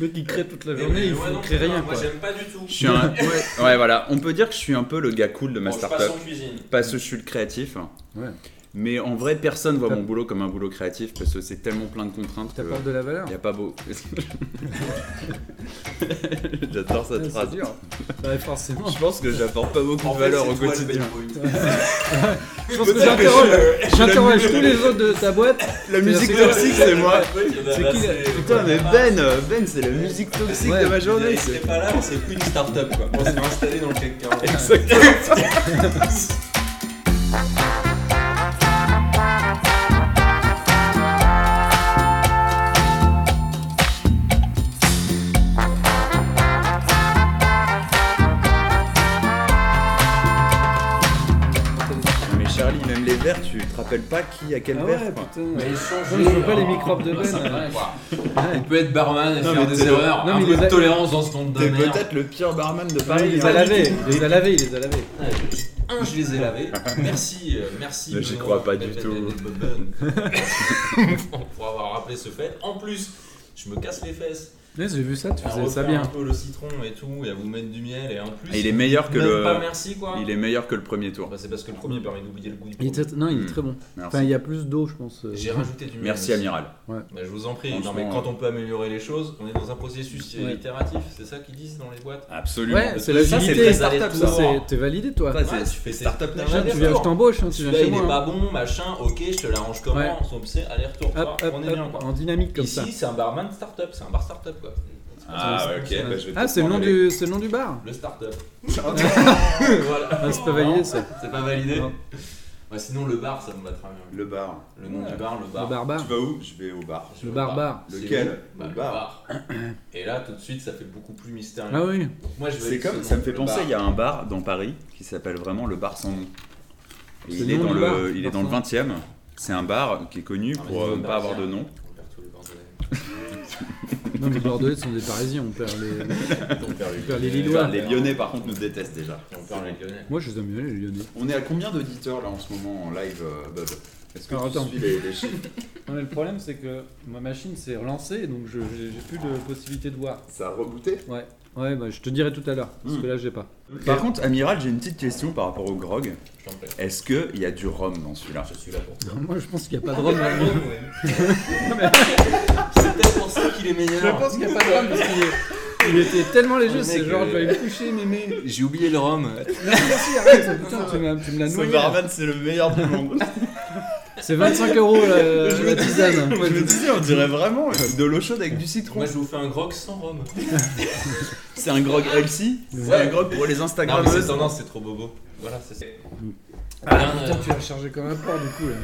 S1: Le mec, il crée toute la
S2: Mais
S1: journée,
S2: oui,
S1: il
S2: moi
S1: faut
S2: non
S1: crée
S2: plus,
S1: rien.
S2: Moi
S1: Quoi.
S2: j'aime pas du tout.
S3: Je suis un- ouais, ouais, voilà. On peut dire que je suis un peu le gars cool de ma
S2: Bon, je passe
S3: startup.
S2: en cuisine.
S3: Parce que je suis le créatif.
S1: Ouais.
S3: Mais en vrai, personne voit
S1: T'as-
S3: mon boulot comme un boulot créatif parce que c'est tellement plein de contraintes.
S1: T'as
S3: que-
S1: peur de la valeur
S3: Il a pas beau. J'adore cette
S1: Ouais, c'est
S3: phrase.
S1: dur. Ouais, forcément.
S3: Je pense que j'apporte pas beaucoup
S2: En
S3: de
S2: fait,
S3: valeur
S2: c'est
S3: au
S2: toi le
S3: quotidien.
S2: bad boy.
S1: Je pense que j'interroge, j'interroge tous les autres de ta boîte.
S3: La musique
S1: C'est la-
S3: toxique, c'est moi.
S2: bah,
S1: C'est qui, là
S3: Putain, mais Ben, euh, Ben, c'est la musique toxique
S1: Ouais,
S3: de ma
S2: J'en
S3: journée.
S2: ai, c'est pas là, on s'est plus une startup quoi. On s'est installé dans le hein. CAC 40.
S3: Mais Charlie, même les verres, tu te rappelles pas qui a quel
S1: Ah ouais,
S3: verre quoi.
S1: putain.
S2: Mais
S1: Non,
S2: échanger,
S1: mais je veux pas
S2: hein.
S1: les microbes de
S2: Ouais, ça
S1: Ben.
S2: va, quoi.
S1: Ouais.
S2: On peut être barman et
S3: Non,
S2: faire
S3: mais
S2: des
S3: t'es-
S2: erreurs.
S1: non,
S2: un
S1: mais
S2: peu
S1: les
S2: de
S1: a-
S2: tolérance dans ce monde de
S3: T'es
S2: merde.
S3: peut-être le pire barman de
S1: Ouais,
S3: Paris.
S1: Bah, il les
S3: hein.
S1: a lavés, il les a lavés, il les a lavés.
S2: Un, je les ai lavés. Merci, euh, merci.
S3: Mais j'y
S2: Benoît,
S3: crois pas
S2: Ben,
S3: du
S2: Ben,
S3: tout.
S2: Ben, Ben, Ben. Pour avoir rappelé ce fait. En plus, je me casse les fesses.
S1: Ouais, J'ai vu ça, tu
S2: à
S1: faisais ça
S2: refaire
S1: bien.
S2: un peu le citron et tout, et à vous mettre du miel, et en plus.
S3: Ah, Il est meilleur que
S2: même pas
S3: le.
S2: merci quoi.
S3: Il est meilleur que le premier tour.
S2: Bah, c'est parce que le premier permet d'oublier le goût du
S1: Il
S2: premier.
S1: était- Non, il
S3: Hmm.
S1: est très bon.
S3: Merci.
S1: Enfin, il y a plus d'eau, je pense. euh.
S2: J'ai rajouté du miel.
S3: Merci
S2: aussi.
S3: Amiral.
S2: Bah, je vous en prie. Non
S3: Franchement, euh,
S2: mais quand on peut améliorer les choses, on est dans un processus
S1: Ouais.
S2: itératif. C'est ça qu'ils disent dans les boîtes.
S3: Absolument.
S1: Ouais, c'est
S3: Ça, c'est
S1: l'agilité.
S3: très
S1: Ça,
S3: startup,
S2: allers-retours.
S3: ça.
S1: c'est- T'es validé, toi.
S3: Ça, c'est-
S2: Ouais, tu fais
S3: startup
S2: t'as
S3: nation,
S2: un
S1: Tu viens, je
S2: aller-retour.
S1: t'embauche, hein, tu viens
S2: Celui-là
S1: chez
S2: il est
S1: moi.
S2: pas bon, machin, ok, je te l'arrange comment
S1: Ouais.
S2: On s'en psy, aller-retour,
S1: hein. Hop,
S2: tu vois,
S1: hop,
S2: on est bien
S1: hop,
S2: quoi.
S1: en dynamique comme ça.
S2: Ici c'est un barman startup, c'est un bar startup quoi.
S3: Ah, ouais, ok. bah, je vais
S1: Ah,
S3: te
S1: c'est le nom
S3: prendre les-
S1: du, c'est le nom du bar.
S2: Le startup. voilà.
S1: Ah, c'est pas validé ça.
S2: C'est pas validé.
S1: Non.
S2: Ouais, sinon le bar ça me va très bien.
S5: Le bar.
S2: Le nom
S1: Ouais.
S2: du bar, le
S1: Le
S2: bar.
S1: barbare.
S5: Tu vas où Je vais au bar.
S2: Je
S1: Le
S2: veux
S1: barbare.
S2: C'est
S5: Lequel
S2: où Bah,
S5: Le
S2: le bar.
S5: bar.
S2: Et là, tout de suite, ça fait beaucoup plus mystérieux.
S1: Ah oui.
S2: Donc moi, je vais
S3: C'est
S2: avec ce
S3: comme
S2: nom,
S3: ça me fait
S2: le
S3: penser,
S2: bar.
S3: il y a un bar dans Paris qui s'appelle vraiment le bar sans nom. Et
S1: C'est
S3: il
S1: le
S3: est
S1: nom
S3: dans
S1: du bar,
S3: le, il est
S1: bar
S3: dans le
S1: sans nom.
S3: 20e. C'est un bar qui est connu
S2: Ah, mais
S3: pour
S2: c'est
S3: euh,
S2: un
S3: ne pas
S2: bar
S3: avoir de
S2: bien. On
S3: nom.
S2: perd tous les Bordelais.
S1: Non, mais les Bordelais sont des Parisiens, on perd les.
S2: On perd
S1: perd les
S2: Lyonnais.
S1: Lillois.
S3: Enfin, les Lyonnais par contre.
S5: nous déteste déjà.
S2: On perd les Lyonnais.
S1: Moi, je les aime bien les Lyonnais.
S5: On est à combien d'auditeurs là en ce moment en live, euh, Bob Est-ce que
S1: Alors,
S5: tu
S1: attends.
S5: suis les, les chiffres
S1: Non, mais le problème, c'est que ma machine s'est relancée, donc je- j'ai j'ai plus de possibilité de voir.
S5: Ça a rebooté
S1: Ouais. Ouais, bah, je te dirai tout à l'heure, parce
S3: Hmm.
S1: que là, j'ai pas.
S3: Par contre, Amiral, j'ai une petite question par rapport au grog.
S2: Je t'en prie.
S3: Est-ce qu'il y a du rhum dans celui-là
S2: Je suis là pour toi.
S1: Moi, je pense qu'il n'y a pas de rhum. là.
S2: C'est peut-être pour ça qu'il est meilleur.
S1: Je pense qu'il n'y a pas de rhum, parce qu'il est- il était tellement léger,
S2: Le
S1: c'est
S2: mec,
S1: genre,
S2: euh,
S1: je vais aller me coucher, mémé.
S2: J'ai oublié le rhum.
S1: Ah, Merci, arrête, putain, tu m'as- tu me l'as
S3: Ce
S1: noué. là.
S3: barman, c'est le meilleur du monde.
S1: C'est 25 euros la,
S3: Je me
S1: la
S3: dis-
S1: tisane.
S3: Je me disais, on dirait vraiment de l'eau chaude avec du citron.
S2: Moi, je vous fais un grog sans rhum.
S3: C'est un grog healthy. C'est
S2: Ouais.
S3: un grog pour les
S2: Non, mais c'est
S3: Instagrammeuses.
S2: tendance, c'est trop bobo. Voilà, c'est ça.
S1: Ah
S2: Bien,
S1: putain,
S2: euh,
S1: tu vas charger comme un porc du coup là.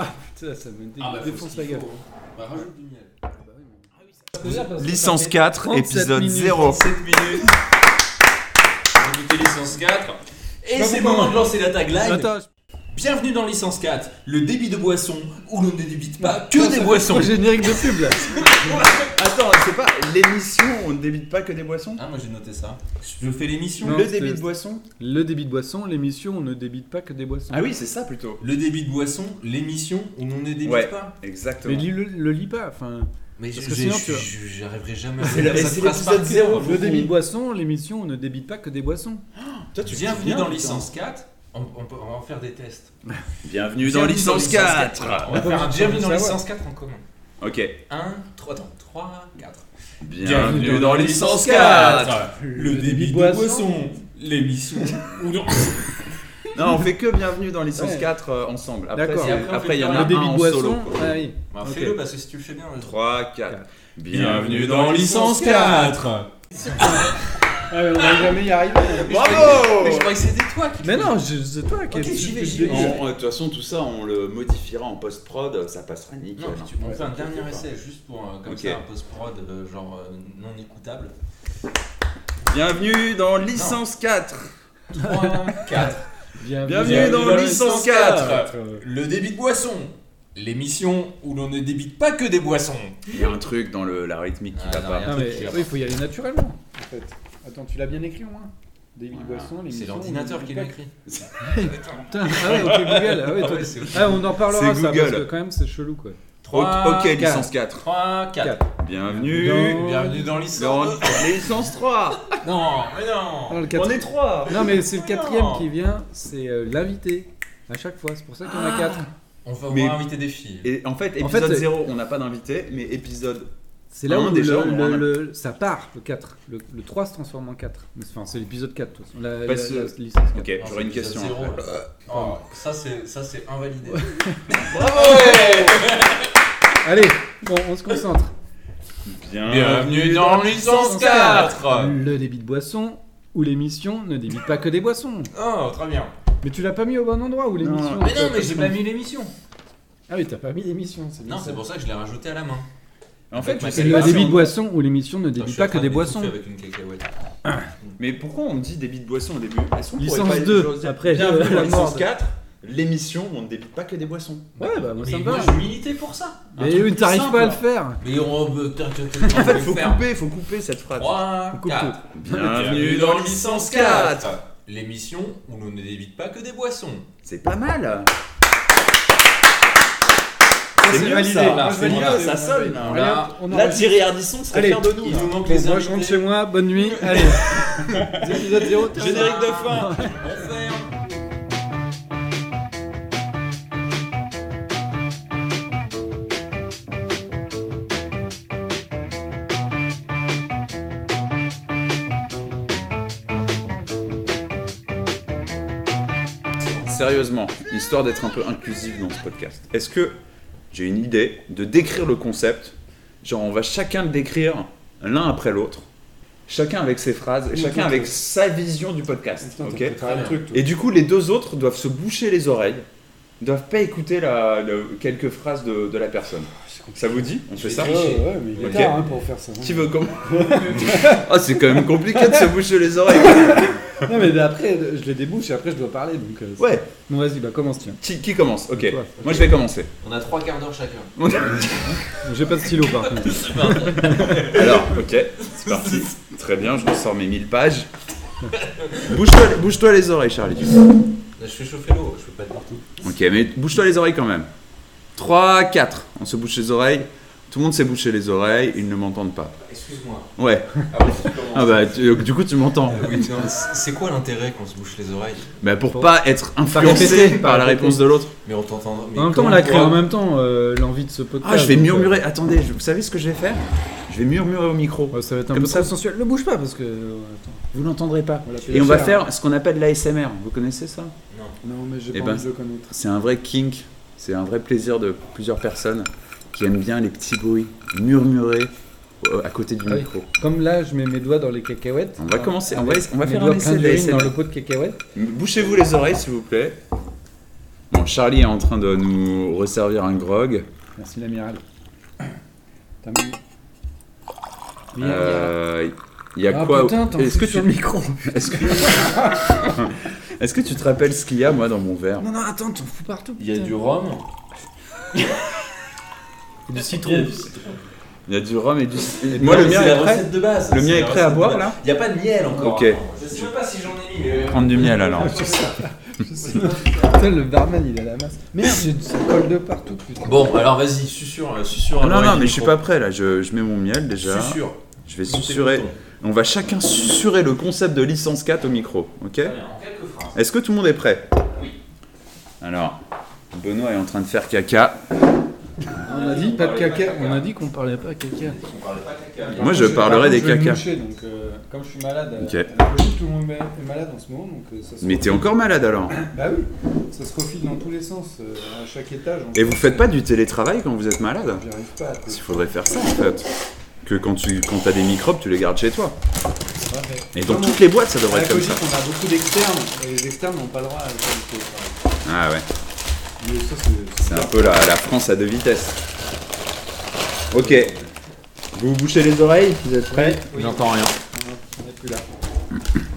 S1: Ah putain, ça me dé-
S2: Ah, bah, faut
S1: défonce
S2: ce
S1: la
S2: qu'il
S1: gueule.
S2: faut, hein. Bah, rajoute du miel.
S3: Licence 4,
S1: 37
S3: épisode
S1: minutes.
S3: 0.
S2: 7 minutes. On écoute licence 4. Et
S1: Pas
S2: c'est le
S1: pourquoi.
S2: moment de lancer la tagline.
S1: Attends, c'est
S2: Bienvenue dans licence 4, le débit de boissons où l'on ne débite pas
S1: Attends,
S2: que des
S1: ça
S2: boissons.
S1: trop générique de pub là.
S3: Attends, c'est pas l'émission, on ne débite pas que des boissons
S2: Ah, moi j'ai noté ça. Je fais l'émission.
S1: Non,
S3: Le
S1: c'était-
S3: débit de boissons
S1: Le débit de boisson, l'émission, on ne débite pas que des boissons.
S3: Ah oui, c'est ça plutôt.
S2: Le débit de boissons, l'émission où l'on ne débite
S3: Ouais.
S2: pas.
S1: Mais
S3: Exactement.
S1: lis le, le lis pas, enfin.
S2: Mais
S1: Parce
S2: je-
S1: que
S2: j'ai-
S1: sinon, tu vois.
S2: je- j'arriverai jamais à
S3: C'est la-
S2: faire cette
S3: c'est
S2: phrase par
S3: l'épisode
S2: cœur.
S3: zéro.
S1: Le débit de boisson, l'émission, on ne débite pas que des boissons.
S3: Toi,
S2: Bienvenue
S3: bien,
S2: dans
S3: putain.
S2: licence 4. On, on peut, on va en faire des tests.
S3: Bienvenue dans licence 4
S2: On va faire un Bienvenue
S1: Ça
S2: dans
S1: va.
S2: licence 4 en commun.
S3: Ok.
S2: 1, 3, 3, 4.
S3: Bienvenue dans licence 4
S2: Le débit de
S1: boisson.
S2: boisson, l'émission où l'on...
S3: Non, on fait que bienvenue dans licence
S1: Ouais.
S3: 4 euh, ensemble. Après,
S1: D'accord.
S3: c'est-
S2: Et après, on fait
S3: après, il y en a
S1: Le
S3: un
S1: débit de
S3: en solo.
S1: boisson, ah oui.
S2: Bah,
S1: Ok.
S2: Fais-le parce que si tu le fais bien,
S3: 3, 4.
S2: Bienvenue dans licence 4
S1: Ah, mais on va jamais y arriver.
S2: Mais je
S3: Bravo
S2: crois que c'était toi qui...
S1: Mais non, je- c'est toi qui
S2: Ok,
S1: tu-
S2: j'y vais,
S1: tu-
S2: j'y vais.
S1: tu-
S3: On- on- De toute façon, tout ça, on le modifiera en post-prod, ça passera nickel. hein.
S2: Non, mais tu on
S3: Ouais.
S2: fait un dernier essai juste pour euh, comme
S3: Ok.
S2: ça un post-prod euh, genre euh, non écoutable.
S3: Bienvenue dans licence 4
S2: 3, 4.
S1: Bienvenue,
S3: Bienvenue dans licence 4
S2: Le débit de boisson, l'émission où l'on ne débite pas que des boissons.
S3: Il y a un truc dans le- la rythmique qui
S2: Ah,
S3: va
S2: non,
S3: pas.
S2: rien.
S1: Non, mais
S2: Qui va
S1: oui, il faut y aller naturellement, en fait. Attends, tu l'as bien écrit au moins David
S3: Voilà.
S1: Boisson, l'émission,
S2: C'est
S1: on
S2: l'ordinateur qui
S1: dit
S2: l'a
S1: pas-
S2: écrit.
S1: Putain, ah ouais, ok, Google. Ah ouais,
S2: Ah
S1: toi-
S2: ouais, c'est-
S1: Ah, on en parlera
S3: C'est
S1: ça, parce
S3: Google.
S1: que quand même, c'est chelou, quoi.
S2: 3,
S3: ok, licence 4.
S2: 3, 4.
S3: Bienvenue
S1: Dans-
S2: Bienvenue dans l'histoire.
S3: dans licence 3
S2: Non, mais non.
S1: Non, le quatri-
S2: On est 3.
S1: Non, mais c'est le quatrième
S2: Non.
S1: qui vient, c'est euh, l'invité. À chaque fois, c'est pour ça qu'on a quatre.
S2: On va
S3: Mais-
S2: inviter des filles.
S3: Et en fait,
S1: En fait,
S3: épisode
S1: c'est-
S3: 0, on n'a pas d'invité, mais épisode.
S1: C'est là
S3: Un,
S1: où
S3: Ah, déjà,
S1: le-
S3: on
S1: le-
S3: en a-
S1: le- ça part, le 4. Le, le 3 se transforme en 4. Mais c'est- Enfin, c'est l'épisode 4, de toute façon. La,
S3: Parce
S1: la- la
S3: que-
S1: licence 4.
S3: Ok, j'aurais une question.
S2: Zéro,
S3: après.
S2: là. Oh, ça c'est ça c'est invalidé.
S1: Allez, bon, on se concentre.
S2: Bienvenue dans licence 4.
S1: Le débit de boisson ou l'émission ne débite pas que des boissons.
S2: Oh, très bien.
S1: Mais tu l'as pas mis au bon endroit ou l'émission
S2: Mais non,
S1: toi,
S2: mais j'ai
S1: t'as-
S2: pas mis l'émission.
S1: Ah oui, t'as pas mis l'émission. bien
S2: Non,
S1: ça.
S2: c'est pour ça que je l'ai rajouté à la main.
S3: En fait, je
S2: Avec
S3: sais
S1: Le
S3: pas si
S1: débit
S3: on-
S1: de boisson ou l'émission ne
S2: Attends, je
S1: débite
S2: suis en
S1: pas que
S2: train
S1: des
S2: de
S1: boissons.
S2: bouffer Avec une cacahuète.
S3: Mais pourquoi on dit débit de boisson au début Est-ce qu'on pourrait pas
S1: Licence
S3: dire-
S1: 2, après euh,
S3: Bienvenue dans
S1: la mort.
S3: licence 4, l'émission, on ne débite pas que des boissons.
S1: Ouais, bah, moi, ça
S2: Mais
S1: me
S2: moi
S1: va.
S2: je militais pour ça. Un
S1: Mais
S2: truc plus
S1: oui, t'arrives
S2: simple.
S1: pas à le faire.
S2: Mais on peut en fait,
S3: Faut
S2: faire
S3: couper, faut couper cette phrase.
S2: 3,
S1: Coupe
S2: 4.
S3: Bienvenue dans licence 4
S2: L'émission où l'on ne débite pas que des boissons.
S3: C'est pas mal
S1: c'est validé,
S3: là,
S1: moi, Ah, je
S3: c'est
S1: valide,
S3: bon,
S1: c'est
S3: ça
S1: bon,
S3: sonne
S1: valide.
S3: là.
S1: Allez,
S2: hein, Voilà.
S1: hop, on
S3: Là,
S1: enregistre.
S3: Thierry Ardisson serait
S1: Allez.
S3: fier de nous
S2: Il
S3: là.
S2: nous manque
S1: Bon,
S2: les
S1: moi je rentre
S2: invités.
S1: chez moi, bonne nuit, allez. Ah, Épisode 0, ciao.
S3: Générique de fin
S2: On ferme.
S3: Sérieusement, histoire d'être un peu inclusif dans ce podcast, est-ce que j'ai une idée de décrire le concept Genre, on va chacun le décrire l'un après l'autre, chacun avec ses phrases et
S1: Oui,
S3: chacun
S1: ok.
S3: avec sa vision du podcast.
S1: Putain, t'as
S3: ok
S1: fait travailler le truc, toi.
S3: Et du coup, les deux autres doivent se boucher les oreilles, doivent pas écouter la, le- quelques phrases de, de la personne. Ça vous dit On fait ça
S1: Ouais, ouais, mais il est
S3: Ok.
S1: tard hein, pour faire ça.
S3: Qui veut comment Ah, c'est quand même compliqué de se boucher les oreilles.
S1: Non, mais après, je les débouche et après, je dois parler. Donc, euh,
S3: Ouais,
S1: Bon, vas-y, bah commence, tiens.
S3: qui, qui commence Ok,
S1: Toi.
S3: moi je vais commencer.
S2: On a trois quarts d'heure chacun.
S1: J'ai pas de stylo par contre.
S3: Alors, ok, c'est parti. Très bien, je ressors mes 1000 pages. Bouge-toi bouge-toi les oreilles, Charlie.
S2: Là, je fais chauffer l'eau, je peux pas être partout.
S3: Ok, mais bouge-toi les oreilles quand même. 3, 4, on se bouche les oreilles. Tout le monde s'est bouché les oreilles, ils ne m'entendent pas.
S2: Excuse-moi.
S3: Ouais,
S2: Avant que tu commences.
S3: ah bah tu- du coup tu m'entends.
S2: Oui, non, c'est c'est quoi l'intérêt qu'on se bouche les oreilles
S3: Bah pour pas être influencé
S1: répéter, pas
S3: par la
S1: répéter.
S3: réponse de l'autre.
S2: Mais on t'entend. mais
S1: En même temps, on
S2: comment
S1: l'a créé
S2: toi-
S1: en même temps, euh, l'envie de ce podcast.
S3: Ah, je vais
S1: donc, euh,
S3: murmurer. Attendez, je- vous savez ce que je vais faire Je vais murmurer au micro.
S1: euh, ouais, ça va être un
S3: Comme
S1: peu
S3: ça-
S1: trop sensuel. Ne bouge pas parce que. euh, attends, vous l'entendrez pas.
S3: Et on va faire ce qu'on appelle l'ASMR. Vous connaissez ça
S2: Non.
S1: Non, mais j'ai
S3: Eh
S1: pas
S3: ben-
S1: envie de le connaître.
S3: C'est un vrai kink. C'est un vrai plaisir de plusieurs personnes qui aiment bien les petits bruits murmurer euh, à côté du
S1: Ah oui.
S3: micro.
S1: Comme là, je mets mes doigts dans les cacahuètes.
S3: On va
S1: hein,
S3: commencer. On va,
S1: avec
S3: on va
S1: mes
S3: faire
S1: doigts
S3: un essai
S1: pleins d'urine dans
S3: d'ASMR.
S1: le pot de cacahuètes.
S3: Bouchez-vous les oreilles, s'il vous plaît. Bon, Charlie est en train de nous resservir un grog.
S1: Merci, l'amiral. T'as mis-
S3: Euh, Il y a
S1: Ah,
S3: quoi
S1: putain, t'en
S3: Est-ce
S1: fous
S3: que tu
S1: sur le micro
S3: Est-ce que... Est-ce que tu te rappelles ce qu'il y a, moi, dans mon verre
S1: Non, non, attends, t'en fous partout.
S2: Il y a
S1: putain.
S2: du rhum.
S1: du citron.
S3: Il y a du rhum et du...
S2: Et
S3: Moi,
S2: puis,
S3: le
S2: c'est
S3: mien
S2: la
S3: est prêt
S2: recette de base.
S3: Le
S2: C'est
S3: mien
S2: la
S3: est prêt à
S2: recette de
S3: boire,
S2: base.
S3: là
S2: Il y a pas de miel encore.
S3: Ok.
S2: Je sais même pas si j'en ai mis. mais- euh,
S3: Prendre du miel, alors.
S1: Putain, le barman, il a la masse. Merde, j'ai du ça colle de partout, putain.
S2: Bon, alors vas-y, susurre, euh, susurre. à
S3: Ah Non,
S2: l'oreille
S3: non,
S2: du
S3: mais je suis
S2: micro.
S3: pas prêt, là. Je, je mets mon miel, déjà.
S2: Susurre.
S3: Je vais
S2: Montez
S3: susurrer.
S2: le bouton.
S3: On va chacun susurrer le concept de licence 4 au micro, ok
S2: Très bien, en quelques phrases.
S3: Est-ce que tout le monde est prêt Alors, Benoît est en train de faire caca.
S1: On a dit pas de caca, on a dit qu'on parlait pas caca.
S2: On parle pas caca.
S3: Moi, je parlerai des
S1: caca.
S3: caca.
S1: donc, euh, comme je suis malade, euh,
S3: Ok.
S1: à la colonie, tout le monde est malade en ce moment, donc euh, ça se
S3: Mais
S1: refile.
S3: t'es encore malade, alors
S1: Bah oui, ça se refile dans tous les sens, euh, à chaque étage. en
S3: Et
S1: fait.
S3: vous faites pas du télétravail quand vous êtes malade
S1: J'y arrive pas à te-
S3: Il faudrait faire ça, en fait. Que quand tu quand t'as des microbes, tu les gardes chez toi.
S1: Ouais, mais-
S3: Et dans
S1: Non,
S3: toutes les boîtes, ça
S1: À
S3: devrait
S1: la
S3: être comme
S1: colonie, on
S3: ça.
S1: a beaucoup d'externes, et les externes n'ont pas le droit à faire du télétravail.
S3: Ah ouais,
S1: Mais ça, c'est-
S3: c'est un peu la, la France à deux vitesses. Ok. Vous vous bouchez les oreilles Vous êtes prêts
S1: Oui.
S3: J'entends rien.
S1: on n'est plus là.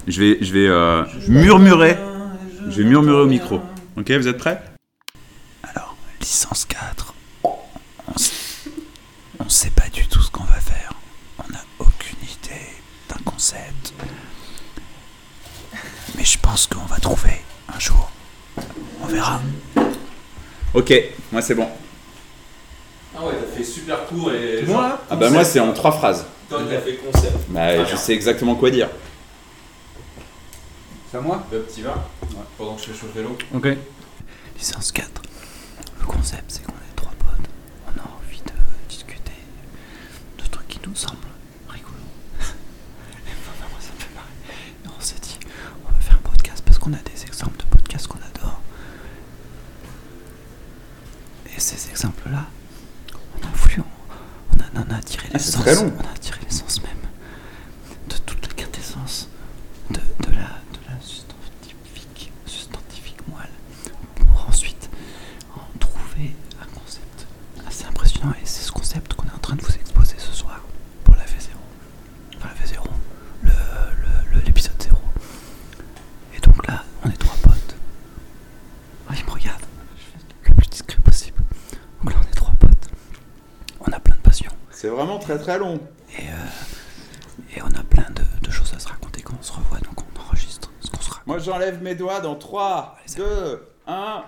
S3: Je vais, je vais euh, murmurer. Je vais murmurer au micro. Ok, vous êtes prêts Alors, licence 4. On s- on sait pas du tout ce qu'on va faire. On n'a aucune idée d'un concept. Mais je pense qu'on va trouver un jour. On verra. Ok, moi c'est bon.
S2: Ah ouais, fait super court et. genre,
S1: Moi,
S6: Ah bah moi c'est en trois phrases.
S2: Toi, t'as fait concept.
S3: Ah,
S6: Bah, je sais exactement quoi dire.
S1: c'est à moi
S2: Le Bah, petit vin, pendant que je fais chauffer l'eau.
S1: Ok.
S7: Licence 4. Le concept, c'est qu'on est trois potes. On a envie de discuter de trucs qui nous semblent rigolos. Et moi, vraiment, ça me fait marrer. Et on s'est dit, on va faire un podcast parce qu'on a des exemples de podcasts qu'on adore. Et ces exemples-là, on a voulu, on, on en a tiré
S6: Ah, c'est
S7: l'essence.
S6: très long.
S7: on a tiré l'essence même de toute la quintessence de, de la, de la substantifique, substantifique moelle pour ensuite en trouver un concept assez impressionnant. Et c'est ce concept qu'on est en train de vous exposer ce soir pour la V0. Enfin, la V0, le- le- le- l'épisode 0. Et donc là, on est trois potes. Ah, il me regarde. Je fais le plus discret possible. Donc là, on est trois potes. On a plein de passions.
S6: C'est vraiment très très long.
S7: Et, euh, et on a plein de, de choses à se raconter quand on se revoit. Donc on enregistre ce qu'on se raconte.
S6: Moi j'enlève mes doigts dans 3, 2, 1.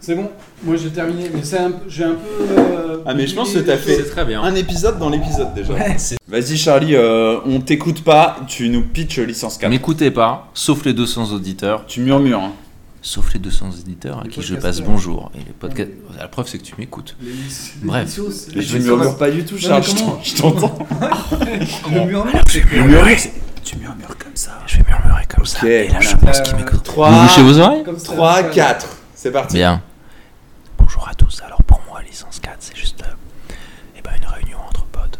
S1: C'est bon, moi j'ai terminé, mais c'est un peu- j'ai un peu. euh,
S6: Ah, mais je pense que
S1: oublié
S6: t'as
S1: des
S6: fait-
S1: choses.
S2: C'est très bien.
S6: Un épisode dans l'épisode déjà.
S7: Ouais,
S6: Vas-y Charlie, euh, on t'écoute pas, tu nous pitches licence 4.
S2: N'écoutez pas, sauf les 200 auditeurs,
S6: Tu murmures. hein.
S2: sauf les 200 auditeurs à
S1: Les
S2: qui je passe
S1: podcasteurs.
S2: bonjour. Et les podcasts. La preuve, c'est que tu m'écoutes.
S1: Les miss- les
S2: Bref.
S1: missios, c'est-
S6: Mais
S3: Ah,
S1: les
S6: tu
S1: missios,
S6: murmures pas du tout
S1: Non, mais
S6: Charles, je
S1: comment
S6: t'en- je t'entends.
S1: Le
S2: Ah,
S1: murmure, c'est que-
S6: Murmurer.
S7: Tu murmures comme ça.
S1: Ah,
S7: Je vais murmurer comme ça.
S6: Ok,
S7: Et là, je
S1: voilà.
S7: pense qu'il m'écoute.
S6: 3,
S2: Vous bouchez vos oreilles
S1: Euh, comme ça,
S6: 3,
S1: ça,
S6: 4. C'est parti.
S2: Bien.
S7: Bonjour à tous. Alors pour moi, licence 4, c'est juste euh, eh ben, une réunion entre potes.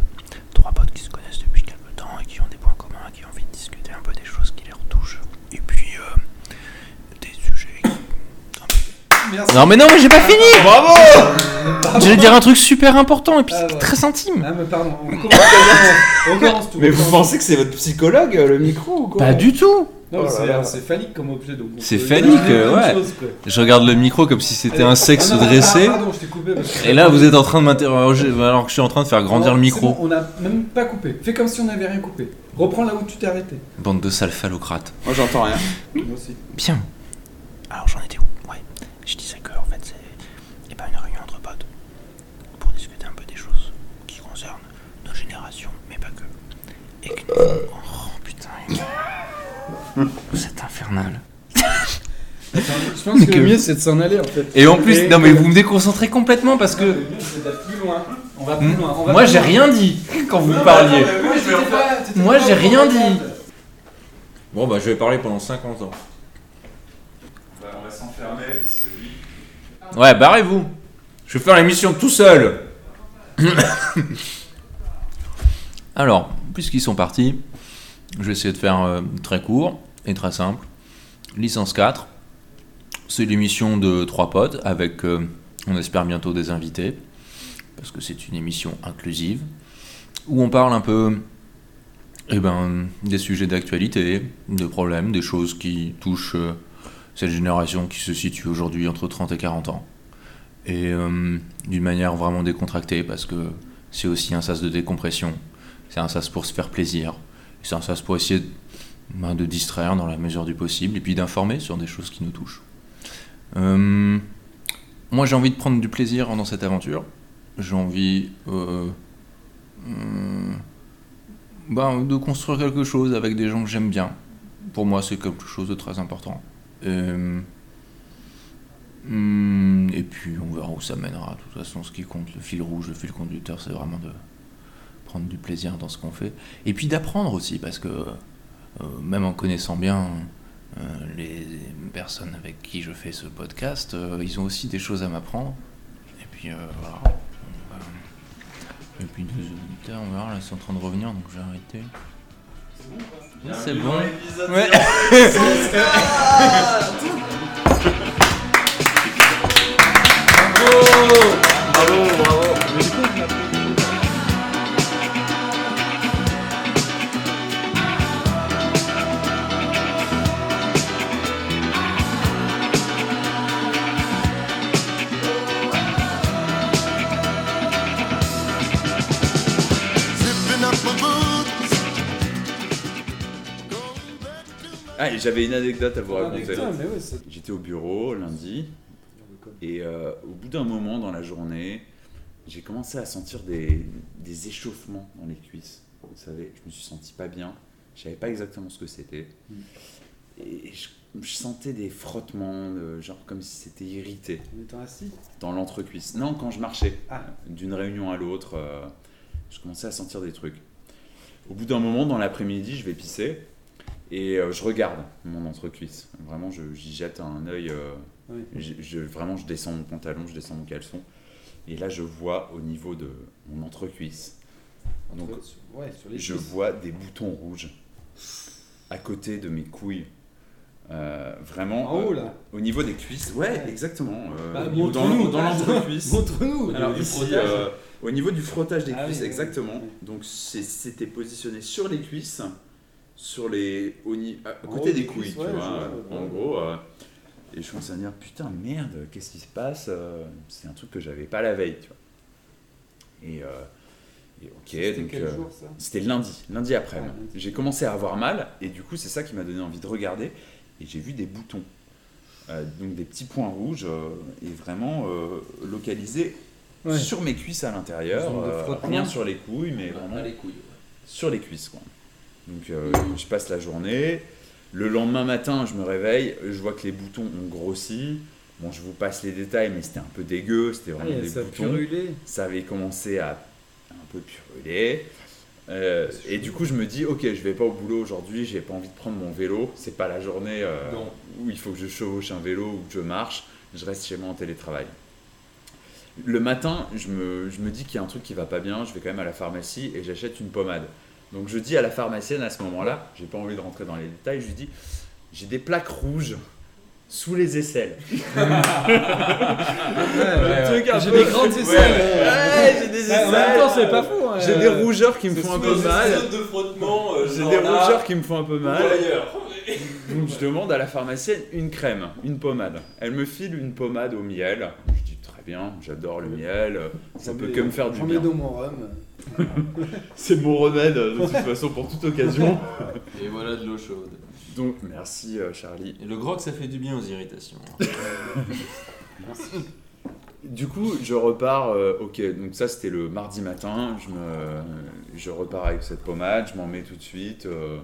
S7: Trois potes qui se connaissent depuis quelque temps et qui ont des points communs, qui ont envie de discuter un peu des choses qui les retouchent. Et puis euh, des sujets.
S1: Merci.
S2: Non, mais non, mais j'ai pas fini
S6: Bravo
S2: J'allais dire un truc super important et puis
S1: Ah ouais.
S2: très intime.
S1: Ah, mais pardon, on commence, à- on commence tout.
S6: Mais vous pensez que c'est votre psychologue euh, le micro ou quoi
S2: Pas du tout
S1: Non, mais
S6: Oh là
S1: c'est-
S6: là.
S1: c'est phallique comme objet. donc on
S2: C'est
S1: peut-
S2: phallique,
S1: Il y a
S2: euh,
S1: plein de
S2: ouais.
S1: choses, quoi.
S2: Je regarde le micro comme si c'était
S1: Allez.
S2: un sexe
S1: Ah, non,
S2: dressé.
S1: ah, Pardon, je t'ai coupé. parce que-
S2: Et là, vous êtes en train de m'interroger alors que je suis en train de faire grandir
S1: Non,
S2: le
S1: c'est
S2: micro.
S1: bon, on n'a même pas coupé. Fais comme si on n'avait rien coupé. Reprends là où tu t'es arrêté.
S2: Bande de sales phallocrates.
S6: Moi j'entends rien.
S1: Moi aussi.
S2: Bien.
S7: Alors j'en étais où Ouais. Je disais que en fait c'est eh ben, une réunion entre potes pour discuter un peu des choses qui concernent nos générations, mais pas que. Et qu'une fois- oh putain.
S2: C'est infernal.
S1: Je pense que le mieux c'est de s'en aller en fait.
S2: Et en plus, non mais vous me déconcentrez complètement parce que
S1: Le mieux c'est d'aller plus loin. On va plus loin. on va
S2: Hmm. moi
S1: plus
S2: j'ai
S1: loin.
S2: rien dit quand vous
S1: Non, mais
S2: parliez.
S1: attends, mais moi, j'étais pas- t'étais
S2: Moi,
S1: pas
S2: j'ai
S1: au
S2: rien
S1: courant.
S2: dit. Bon bah je vais parler pendant 50 ans.
S3: Bah, on va s'enfermer, parce que lui,
S2: Ouais, barrez-vous. Je vais faire l'émission tout seul. Alors, puisqu'ils sont partis, je vais essayer de faire euh, très court et très simple. Licence 4, c'est l'émission de trois potes avec, euh, on espère bientôt des invités, parce que c'est une émission inclusive, où on parle un peu eh ben, des sujets d'actualité, de problèmes, des choses qui touchent euh, cette génération qui se situe aujourd'hui entre 30 et 40 ans. Et euh, d'une manière vraiment décontractée, parce que c'est aussi un sas de décompression, c'est un sas pour se faire plaisir, c'est un sas pour essayer de, ben, de distraire dans la mesure du possible, et puis d'informer sur des choses qui nous touchent. Euh, moi j'ai envie de prendre du plaisir dans cette aventure, j'ai envie euh, euh, ben, de construire quelque chose avec des gens que j'aime bien. Pour moi c'est quelque chose de très important. Euh, hmm, et puis on verra où ça mènera. De toute façon, ce qui compte, le fil rouge, le fil conducteur, c'est vraiment de prendre du plaisir dans ce qu'on fait. Et puis d'apprendre aussi, parce que euh, même en connaissant bien euh, les personnes avec qui je fais ce podcast, euh, ils ont aussi des choses à m'apprendre. Et puis euh, voilà. On va- Et puis deux auditeurs, on verra, là, ils sont en train de revenir, donc j'ai arrêté. C'est bon. Ouais.
S6: Ah, et j'avais une anecdote à vous
S1: Ah,
S6: raconter.
S1: putain, mais ouais, c'est-
S6: J'étais au bureau lundi, et euh, au bout d'un moment dans la journée,
S3: j'ai commencé à sentir des, des échauffements dans les cuisses. Vous savez, je me suis senti pas bien. Je savais pas exactement ce que c'était.
S1: Mm.
S3: Et je, je sentais des frottements, de- genre comme si c'était irrité
S1: En étant assis
S3: dans l'entrecuisse. Non, quand je marchais
S1: Ah.
S3: d'une réunion à l'autre, euh, je commençais à sentir des trucs. Au bout d'un moment, dans l'après-midi, je vais pisser et euh, je regarde mon entrecuisse. Vraiment, je- j'y jette un œil. euh,
S1: Oui.
S3: je- je- vraiment, je descends mon pantalon, je descends mon caleçon. Et là, je vois au niveau de mon entrecuisse,
S1: Entre-
S3: Donc,
S1: sur- ouais, sur les
S3: je
S1: cuisses.
S3: vois des boutons rouges à côté de mes couilles. Euh, vraiment.
S1: En haut
S3: euh,
S1: là
S3: au niveau des cuisses. Ouais, exactement. euh,
S1: Bah,
S3: ou dans
S1: montre-nous.
S3: dans l'entrecuisse.
S1: Montre-nous
S3: Alors,
S1: Alors,
S3: ici, euh, au niveau du frottage des
S1: Ah oui,
S3: cuisses,
S1: oui, oui.
S3: exactement.
S1: Oui.
S3: Donc c'est- c'était positionné sur les cuisses, sur les, au ni- à à
S1: En
S3: côté
S1: haut
S3: des
S1: des
S3: couilles,
S1: cuisses,
S3: tu
S1: ouais,
S3: vois.
S1: je vois,
S3: en
S1: ouais.
S3: gros, euh, et je commence à me dire putain merde, qu'est-ce qui se passe Euh, C'est un truc que j'avais pas la veille, tu vois. Et, euh, et ok,
S1: C'était
S3: donc.
S1: quel
S3: euh,
S1: jour ça
S3: c'était lundi, lundi après.
S1: Ouais,
S3: moi.
S1: Ah, lundi.
S3: J'ai commencé à avoir mal et du coup c'est ça qui m'a donné envie de regarder et j'ai vu des boutons, Euh, donc des petits points rouges euh, et vraiment euh, localisés
S1: Ouais.
S3: sur mes cuisses à l'intérieur,
S1: Une zone de
S3: euh,
S1: frottement.
S3: rien sur les couilles mais
S2: Bah,
S3: vraiment
S2: pas les couilles.
S3: sur les cuisses quoi. Donc euh, je passe la journée, le lendemain matin je me réveille, je vois que les boutons ont grossi. Bon je vous passe les détails mais c'était un peu dégueu, c'était
S1: Ah,
S3: vraiment des
S1: ça a
S3: boutons
S1: brûlé.
S3: ça avait commencé à un peu puruler. Euh, et du coup, je me dis, ok, je vais pas au boulot aujourd'hui, j'ai pas envie de prendre mon vélo. C'est pas la journée euh,
S2: Non.
S3: où il faut que je chevauche un vélo ou que je marche. Je reste chez moi en télétravail. Le matin, je me, je me dis qu'il y a un truc qui va pas bien. Je vais quand même à la pharmacie et j'achète une pommade. Donc je dis à la pharmacienne à ce moment-là, j'ai pas envie de rentrer dans les détails, je lui dis, j'ai des plaques rouges sous les aisselles.
S1: Ouais,
S3: truc un
S1: J'ai
S3: peu-
S1: des grandes aisselles.
S3: Ouais, j'ai des
S1: Ouais,
S3: aisselles.
S1: En même temps, c'est pas faux. hein.
S3: J'ai des rougeurs qui me
S1: c'est
S3: font un
S1: sous
S3: peu
S1: les
S3: mal.
S2: de frottement. euh,
S3: J'ai
S2: genre
S3: des
S2: là,
S3: rougeurs qui me font un peu
S2: ou
S3: mal.
S2: ailleurs.
S3: Donc je demande à la pharmacienne une crème, une pommade. Elle me file une pommade au miel. Je dis très bien, j'adore le miel, ça peut que me faire du
S1: J'en mets
S3: bien.
S1: dans mon rhum.
S3: C'est mon remède de toute façon pour toute occasion.
S2: Et voilà de l'eau chaude.
S3: Donc merci euh, Charlie.
S2: Et le grog, ça fait du bien aux irritations.
S3: Du coup, je repars euh, OK, donc ça c'était le mardi matin, je me je repars avec cette pommade, je m'en mets tout de suite euh,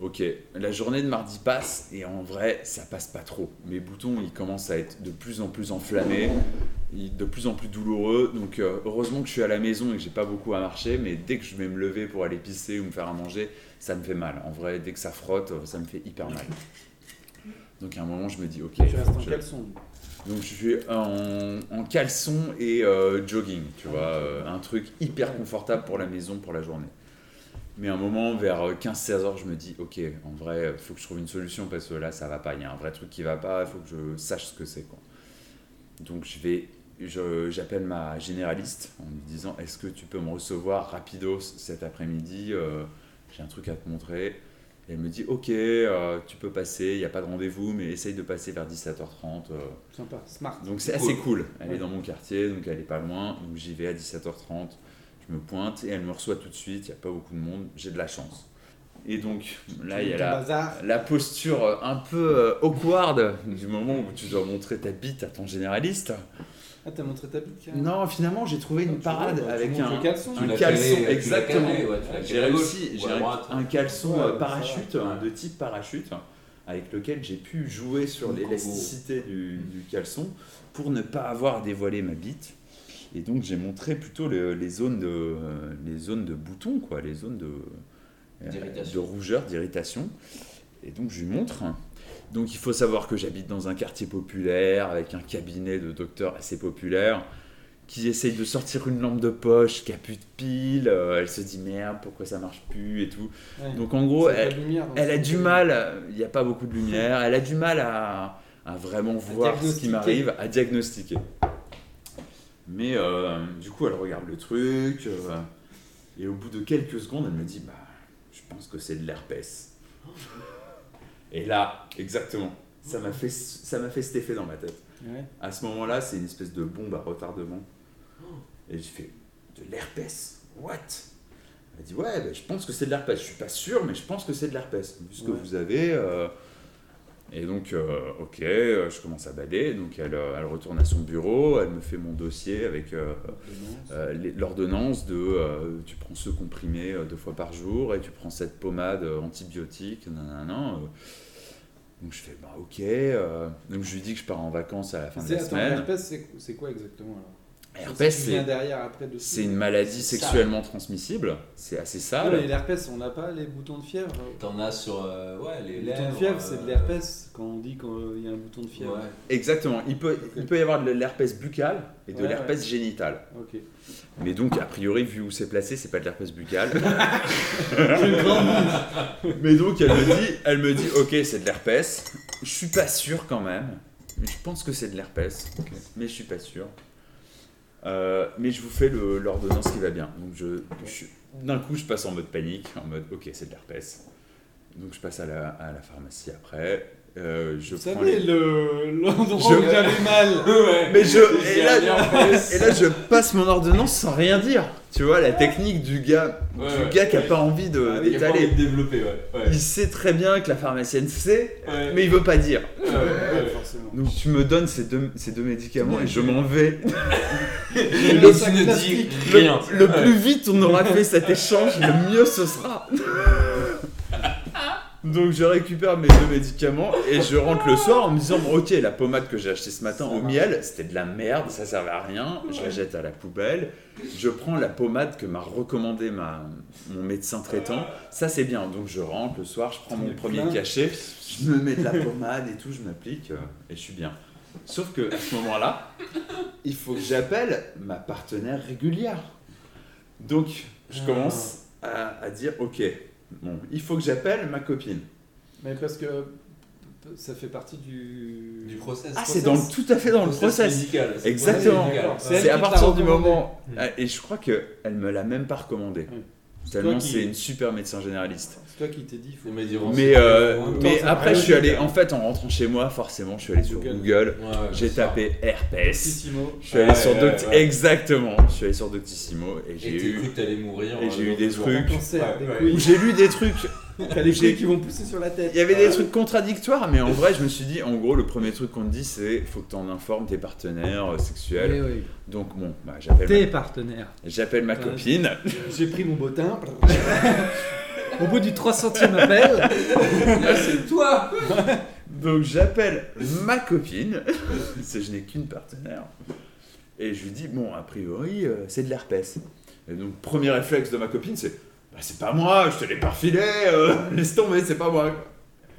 S3: OK, la journée de mardi passe et en vrai, ça passe pas trop. Mes boutons, ils commencent à être de plus en plus enflammés. il est de plus en plus douloureux. Donc euh, heureusement que je suis à la maison et que j'ai pas beaucoup à marcher, mais dès que je vais me lever pour aller pisser ou me faire à manger, ça me fait mal. En vrai, dès que ça frotte, euh, ça me fait hyper mal. Donc à un moment, je me dis, ok,
S1: Tu restes en
S3: je-
S1: caleçon.
S3: donc je suis en, en caleçon et euh, jogging, tu vois, euh, un truc hyper confortable pour la maison, pour la journée. Mais à un moment, vers 15-16 heures, je me dis, ok, en vrai, faut que je trouve une solution parce que là, ça va pas, il y a un vrai truc qui va pas, il faut que je sache ce que c'est, quoi. Donc je vais, je- j'appelle ma généraliste en lui disant, est-ce que tu peux me recevoir rapidos cet après-midi Euh, J'ai un truc à te montrer. Et elle me dit, ok, euh, tu peux passer, il n'y a pas de rendez-vous, mais essaye de passer vers 17h30. euh,
S1: Sympa, smart.
S3: donc c'est assez cool. Elle est dans mon quartier, donc elle est pas loin. Donc j'y vais à 17h30. Je me pointe et elle me reçoit tout de suite. Il n'y a pas beaucoup de monde. J'ai de la chance. Et donc là, il y a
S1: Ton
S3: la,
S1: bazar.
S3: la posture euh, un peu euh, awkward du moment où tu dois montrer ta bite à ton généraliste.
S1: Ah, t'as montré ta pique
S3: Non, finalement, j'ai trouvé une parade avec un,
S1: caleçon.
S3: un
S2: l'as
S3: caleçon.
S2: calé, tu l'as
S3: exactement.
S2: calé, ouais, tu l'as
S3: j'ai
S2: calé à gauche
S3: réussi.
S2: ou à
S3: j'ai réussi
S2: droite.
S3: un caleçon
S1: Ouais,
S3: euh,
S1: ça va.
S3: parachute, hein, de type parachute, avec lequel j'ai pu jouer sur
S2: Beaucoup.
S3: l'élasticité du, du caleçon pour ne pas avoir dévoilé ma bite. Et donc j'ai montré plutôt le- les zones de euh, les zones de boutons quoi, les zones de euh,
S2: D'irritation.
S3: de rougeur, d'irritation. Et donc je lui montre. Donc il faut savoir que j'habite dans un quartier populaire avec un cabinet de docteurs assez populaire qui essaye de sortir une lampe de poche qui a plus de pile. euh, elle se dit merde, pourquoi ça marche plus et tout. Donc en gros, Oh, elle,
S1: hein,
S3: elle a du mal, euh, il n'y a pas beaucoup de lumière, elle a du mal à, à vraiment voir ce qui
S1: diagnostiquer.
S3: m'arrive, à diagnostiquer. Mais euh, du coup, elle regarde le truc, euh, et au bout de quelques secondes, elle me dit Bah, je pense que c'est de l'herpès. Et là, exactement, ça m'a fait, ça m'a fait cet effet dans ma tête.
S1: Ouais.
S3: À ce moment-là, c'est une espèce de bombe à retardement. Et j'ai fait de l'herpès. What Elle dit bah, ouais, ben, je pense que c'est de l'herpès. Je suis pas sûr, mais je pense que c'est de l'herpès. Vu ce que
S1: Ouais.
S3: vous avez, euh, Et donc, euh, ok, euh, je commence à bader. Donc, elle, euh, elle retourne à son bureau, elle me fait mon dossier avec euh, euh, les- l'ordonnance de euh, tu prends ce comprimé euh, deux fois par jour et tu prends cette pommade euh, antibiotique. Nanana, euh. Donc, je fais bah, ok. euh. donc, je lui dis que je pars en vacances à la fin de
S1: C'est
S3: la
S1: attends,
S3: semaine.
S1: herpès, c'est c'est quoi exactement alors
S3: Herpès,
S1: Ce qui vient
S3: c'est-
S1: derrière après dessus.
S3: c'est une maladie
S1: C'est ça.
S3: sexuellement transmissible. C'est assez
S1: Ah, mais
S3: sale.
S1: l'herpès, on n'a pas les boutons de fièvre.
S2: T'en as sur euh, ouais, les
S1: Les
S2: lèvres.
S1: boutons de fièvre, c'est de
S2: euh,
S1: l'herpès quand on dit qu'il y a un bouton de fièvre.
S2: ouais.
S3: Exactement. Il peut, il peut y avoir de l'herpès buccal et de
S1: Ouais,
S3: l'herpès génital.
S1: Ok.
S3: Mais donc, a priori, vu où c'est placé, c'est pas de l'herpès buccal. Mais donc, elle me dit, elle me dit, ok, c'est de l'herpès. Je suis pas sûr quand même. Je pense que c'est de l'herpès, mais je suis pas sûr. Euh, mais je vous fais le- l'ordonnance qui va bien. Donc, je, je- d'un coup, je passe en mode panique, en mode, ok, c'est de l'herpès. Donc, je passe à la, à la pharmacie après. Euh, je
S1: Vous
S3: prends
S1: savez,
S3: les-
S1: le- l'endroit
S3: Je-
S1: où j'avais mal.
S3: mais je. Et là, et là, je passe mon ordonnance sans rien dire. Tu vois, la technique du gars,
S2: Ouais,
S3: du
S2: ouais. Ah,
S3: gars qui a pas envie de-
S2: Il y a pas envie
S3: d'étaler.
S2: de développer, ouais. ouais.
S3: Il sait très bien que la pharmacienne sait,
S2: Ouais.
S3: mais il veut pas dire.
S2: Ouais, ouais, ouais.
S1: forcément.
S3: Donc tu me donnes ces deux, ces deux médicaments et je m'en vais.
S2: Et
S1: Le
S2: l'autre,
S1: sac
S2: il ne dit
S1: plastique.
S2: rien.
S3: Le plus vite on aura fait cet échange, le mieux ce sera. Donc je récupère mes deux médicaments et je rentre le soir en me disant bon, ok la pommade que j'ai achetée ce matin au miel c'était de la merde ça servait à rien je la jette à la poubelle je prends la pommade que m'a recommandé ma mon médecin traitant ça c'est bien donc je rentre le soir je prends mon premier
S1: plein.
S3: cachet je me mets de la pommade et tout je m'applique euh, et je suis bien sauf que à ce moment là il faut que j'appelle ma partenaire régulière donc je commence à, à dire ok bon il faut que j'appelle ma copine
S1: Mais parce que ça fait partie du.
S2: Du process.
S3: Ah, c'est dans le- tout à fait dans le process.
S2: médical. C'est le
S3: Exactement.
S2: process médical.
S1: C'est elle
S3: C'est à
S1: qui te l'a
S3: partir du
S1: recommandé.
S3: moment. Ah, Et je crois qu'elle me l'a même pas recommandé.
S1: Oui.
S3: Tellement
S1: Toi qui-
S3: c'est une super médecin généraliste.
S1: C'est toi qui t'es dit, il faut.
S2: Faut me dire en-
S3: Mais, euh,
S2: en même temps,
S3: mais
S1: ça me
S3: après, je suis
S1: paraît
S3: allé.
S1: logique,
S3: En fait, en rentrant chez moi, forcément, je suis allé sur
S1: Google.
S3: Google.
S2: Ouais, ouais,
S3: J'ai
S2: c'est ça.
S3: tapé herpès.
S1: Tissimo.
S3: Je suis allé
S2: Ouais,
S3: sur
S2: ouais,
S3: Docti-
S2: ouais.
S3: Exactement. Je suis allé sur Doctissimo et j'ai
S2: Et t'as cru
S3: eu.
S2: que t'allais mourir.
S3: et
S2: euh,
S3: j'ai eu
S2: dans
S3: des
S2: deux jours.
S3: trucs.
S1: Un cancer,
S2: Ouais,
S1: des
S2: ouais.
S1: couilles.
S3: J'ai lu des trucs
S1: T'as les
S3: J'ai-
S1: couilles qui vont pousser sur la tête.
S3: Il y avait des trucs contradictoires, mais en vrai, je me suis dit, en gros, le premier truc qu'on te dit, c'est faut que t'en informes tes partenaires euh, sexuels. Donc bon, bah, j'appelle,
S1: Tes partenaires.
S3: ma, j'appelle ma
S1: Ouais.
S3: copine.
S1: J'ai pris mon bottin. Au bout du 3 centième appel.
S2: Ah, Toi
S3: Donc j'appelle ma copine, parce que je n'ai qu'une partenaire, et je lui dis, bon, a priori, euh, c'est de l'herpès. Et donc, premier réflexe de ma copine, c'est, bah, c'est pas moi, je te l'ai pas refilé, euh, laisse tomber, c'est pas moi.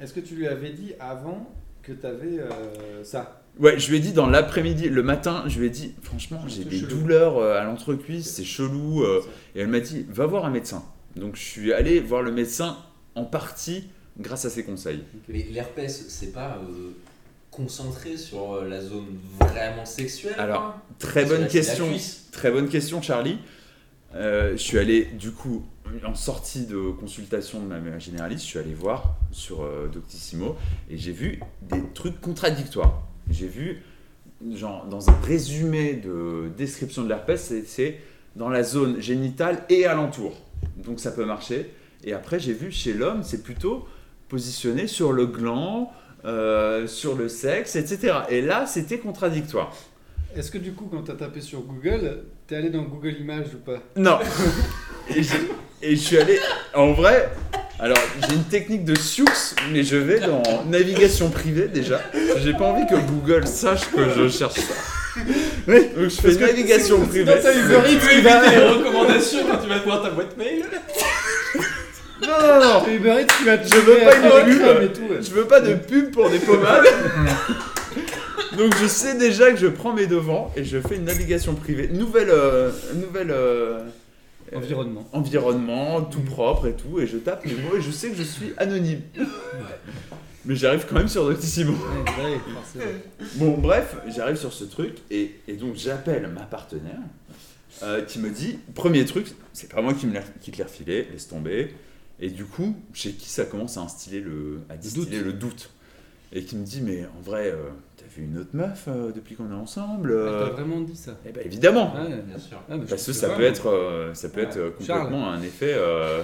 S1: Est-ce que tu lui avais dit avant que t'avais euh, ça
S3: Ouais, je lui ai dit dans l'après-midi, le matin, je lui ai dit, franchement, j'ai
S1: C'est
S3: des
S1: chelou.
S3: douleurs euh, à l'entrecuisse, c'est chelou. euh, et elle m'a dit, va voir un médecin. Donc je suis allé voir le médecin en partie grâce à ses conseils.
S2: Mais l'herpès, c'est pas euh, concentré sur euh, la zone vraiment sexuelle
S3: Alors,
S2: quoi
S3: Très
S2: Parce que
S3: bonne
S2: là, c'est la
S3: question,
S2: cuisse.
S3: très bonne question, Charlie. Euh, je suis allé, du coup, en sortie de consultation de ma- ma généraliste, je suis allé voir sur euh, Doctissimo et j'ai vu des trucs contradictoires. J'ai vu, genre, dans un résumé de description de l'herpès, c'est- c'est dans la zone génitale et alentour. Donc ça peut marcher. Et après, j'ai vu chez l'homme, c'est plutôt positionné sur le gland, euh, sur le sexe, etc. Et là, c'était contradictoire.
S1: Est-ce que du coup, quand t'as tapé sur Google, t'es allé dans Google Images ou pas
S3: Non. et, je, et je suis allé. En vrai, alors j'ai une technique de Sioux, mais je vais dans navigation privée déjà. J'ai pas envie que Google sache que je cherche ça. Donc je fais navigation privée.
S2: Tu vas éviter les recommandations quand tu vas voir ta boîte mail
S3: Non, non, non.
S1: Uber Eats, Eh ben, tu vas te
S3: Je veux
S1: lever
S3: pas
S1: après
S3: une
S1: les
S3: pub.
S1: crèmes et tout. ouais.
S3: Je veux pas de pub pour des pommades. Donc je sais déjà que je prends mes devants et je fais une navigation privée. Nouvelle, euh, nouvelle euh, euh,
S1: Environnement.
S3: environnement, tout propre et tout. Et je tape les mots et je sais que je suis anonyme. Mais j'arrive quand même sur Doctissimo.
S1: Ouais, Eh, bah forcément.
S3: Bon, bref, j'arrive sur ce truc et, et donc j'appelle ma partenaire euh, qui me dit premier truc, c'est pas moi qui, me l'a- qui te l'ai refilé, laisse tomber. Et du coup, chez qui ça commence à instiller le, à distiller le doute et qui me dit mais en vrai, euh, t'as vu une autre meuf euh, depuis qu'on est ensemble
S1: Elle
S3: euh
S1: t'a vraiment dit ça
S3: Eh ben évidemment.
S1: Ouais.
S2: Bien sûr.
S1: Ah, mais je
S3: Parce que
S1: sais
S3: ça
S1: pas,
S3: peut
S1: moi.
S3: être, euh, ça peut
S1: Ouais.
S3: être euh,
S1: Charles.
S3: complètement un effet. euh,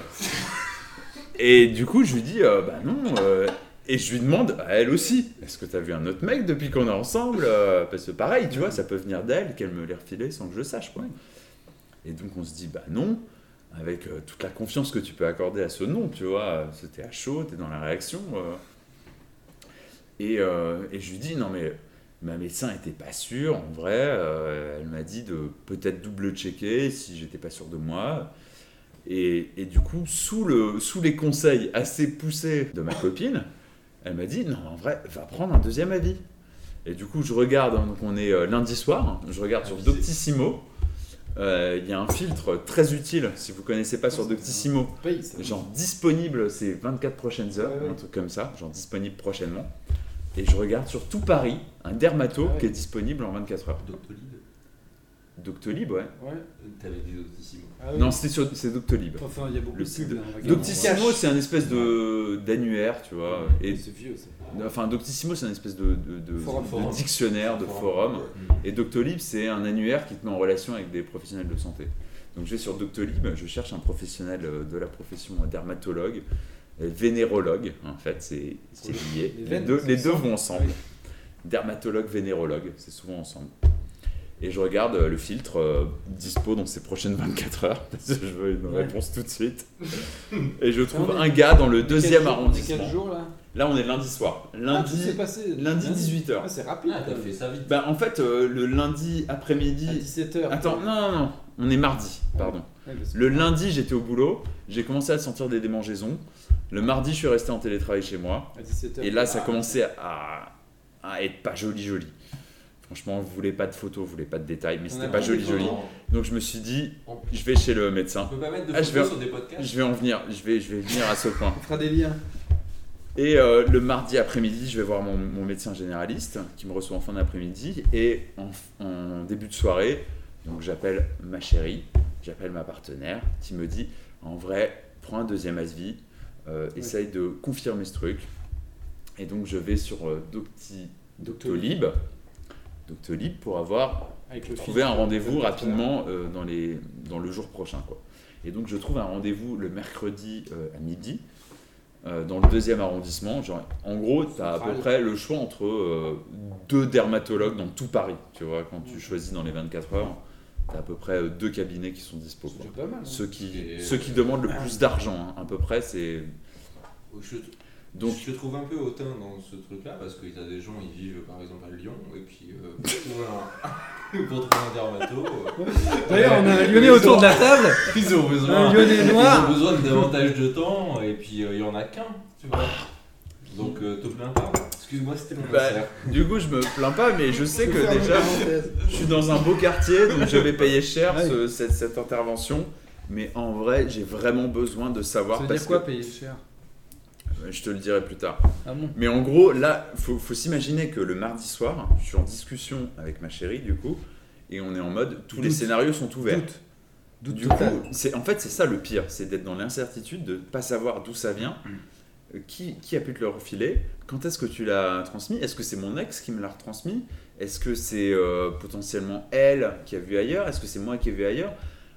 S3: Et du coup, je lui dis, euh, bah non, euh, Et je lui demande, à elle aussi, est-ce que t'as vu un autre mec depuis qu'on est ensemble Euh, Parce que pareil, tu vois, ça peut venir d'elle, qu'elle me l'ait refilé sans que je le sache. Quoi. Et donc on se dit, bah non, avec euh, toute la confiance que tu peux accorder à ce nom, tu vois, euh, c'était à chaud, t'es dans la réaction. euh. Et, euh, et je lui dis, non mais ma médecin était pas sûre, en vrai, euh, elle m'a dit de peut-être double-checker si j'étais pas sûr de moi. Et, et du coup, sous, le, sous les conseils assez poussés de ma copine, elle m'a dit, non, en vrai, va prendre un deuxième avis. Et du coup, je regarde, hein, donc on est euh, lundi soir, hein, je regarde sur Doctissimo. Euh, Il y a un filtre très utile, si vous connaissez pas sur Doctissimo,
S1: Paye, ça.
S3: genre disponible ces 24 prochaines heures,
S1: Ouais, ouais.
S3: un truc comme ça, genre disponible prochainement. Et je regarde sur tout Paris un dermato
S1: Ah ouais.
S3: qui est disponible en 24 heures.
S2: Doctolib euh,
S3: Doctolib, ouais.
S1: Ouais.
S2: T'avais dit Doctissimo.
S1: Ah oui.
S3: Non, c'est sur- c'est Doctolib.
S1: Enfin, il y a beaucoup
S3: Le
S1: de
S3: site
S1: pubs. hein, là, on va
S3: Doctissimo, c'est un espèce de d'annuaire, tu vois.
S1: garder.
S3: Et,
S1: C'est vieux, ça.
S3: enfin, Doctissimo, c'est un espèce de, de- de-
S1: Forum,
S3: de
S1: forum.
S3: dictionnaire, de forum. Et Doctolib, c'est un annuaire qui te met en relation avec des professionnels de santé. Donc je vais sur Doctolib, je cherche un professionnel euh, de la profession euh, dermatologue, euh, vénérologue, en fait, c'est c'est lié.
S1: Les
S3: Les,
S1: veines
S3: deux,
S1: sont
S3: les deux
S1: ensemble.
S3: vont ensemble. Dermatologue, vénérologue, c'est souvent ensemble. Et je regarde euh, le filtre euh, dispo dans ces prochaines 24 heures, parce que je veux une
S1: Ouais.
S3: réponse tout de suite. Et je trouve
S1: on est-
S3: un gars dans le
S1: Quel
S3: deuxième
S1: jour-
S3: arrondissement.
S1: Quel jour, là
S3: Là, on est lundi soir.
S1: Ah, tout
S3: Lundi,
S1: s'est passé.
S3: lundi 18h.
S1: Ah, c'est rapide.
S2: Ah, t'as fait ça vite.
S3: Bah, en fait, euh, le lundi
S1: À
S3: après-midi,
S1: 17h.
S3: Attends, non, non, non, on est mardi, pardon. Le lundi, j'étais au boulot, j'ai commencé à sentir des démangeaisons. Le mardi, je suis resté en télétravail chez moi.
S1: À 17h.
S3: Et là, ça commençait à, à être pas joli, joli. Franchement, je voulais pas de photos, je voulais pas de détails, mais
S1: On
S3: c'était
S1: a
S3: pas
S1: compris,
S3: joli,
S1: non,
S3: joli.
S1: non.
S3: Donc, je me suis dit,
S2: On
S3: je vais chez le médecin.
S2: peut pas mettre de
S3: Ah, je vais-
S2: photos sur des podcasts
S3: Je vais en venir, je vais, je vais venir à ce point.
S1: On fera des liens.
S3: Et euh, le mardi après-midi, je vais voir mon, mon médecin généraliste qui me reçoit en fin d'après-midi. Et en, en début de soirée, donc j'appelle ma chérie, j'appelle ma partenaire qui me dit en vrai, prends un deuxième ASVI, euh, essaye de confirmer ce truc. Et donc je vais sur euh, Docti, Doctolib, Doctolib pour avoir
S1: Avec le
S3: trouver
S1: fil.
S3: un rendez-vous
S1: Docteur.
S3: rapidement euh, dans, les, dans le jour prochain. Quoi. Et donc je trouve un rendez-vous le mercredi euh, à midi, euh, dans le deuxième arrondissement. Genre, en gros, tu as à peu
S1: Central.
S3: près le choix entre euh, deux dermatologues dans tout Paris. Tu vois, quand tu choisis dans les 24 heures, tu as à peu près euh, deux cabinets qui sont dispo.
S1: C'est
S3: quoi.
S1: déjà pas mal. hein.
S3: Ceux qui,
S2: Et-
S3: ceux qui demandent le plus d'argent, hein, à peu près, c'est...
S2: Oh, Je,
S3: Donc,
S2: je te trouve un peu hautain dans ce truc-là parce qu'il y a des gens, ils vivent par exemple à Lyon et puis euh, pour trouver un- pour trouver un dermato. euh,
S1: D'ailleurs, on a un lyonnais autour de la table.
S2: Ils ont besoin,
S1: Un Lyonnais noir.
S2: Ils ont besoin de davantage de temps et puis euh, il y en a qu'un, tu vois. Donc euh, te plains pas. Excuse-moi, c'était mon
S3: Bah,
S2: message.
S3: du coup, je me plains pas, mais je sais que déjà... Je suis dans un beau quartier, donc je vais payer cher
S1: Ouais.
S3: ce- cette, cette intervention. Mais en vrai, j'ai vraiment besoin de
S1: Ça
S3: savoir
S1: veut
S3: parce
S1: dire quoi,
S3: que
S1: payer cher
S3: Euh, je te le dirai plus tard.
S1: Ah bon
S3: Mais en gros, là, faut, faut s'imaginer que le mardi soir, je suis en discussion avec ma chérie, du coup, et on est en mode tous les
S1: Doute.
S3: scénarios sont ouverts.
S1: Doute. Doute
S3: Du
S1: total.
S3: coup, c'est en fait c'est ça le pire, c'est d'être dans l'incertitude, de pas savoir d'où ça vient,
S1: Mm.
S3: euh, qui, qui a pu te le refiler, quand est-ce que tu l'as transmis, est-ce que c'est mon ex qui me l'a retransmis, est-ce que c'est euh, potentiellement elle qui a vu ailleurs, est-ce que c'est moi qui ai vu ailleurs.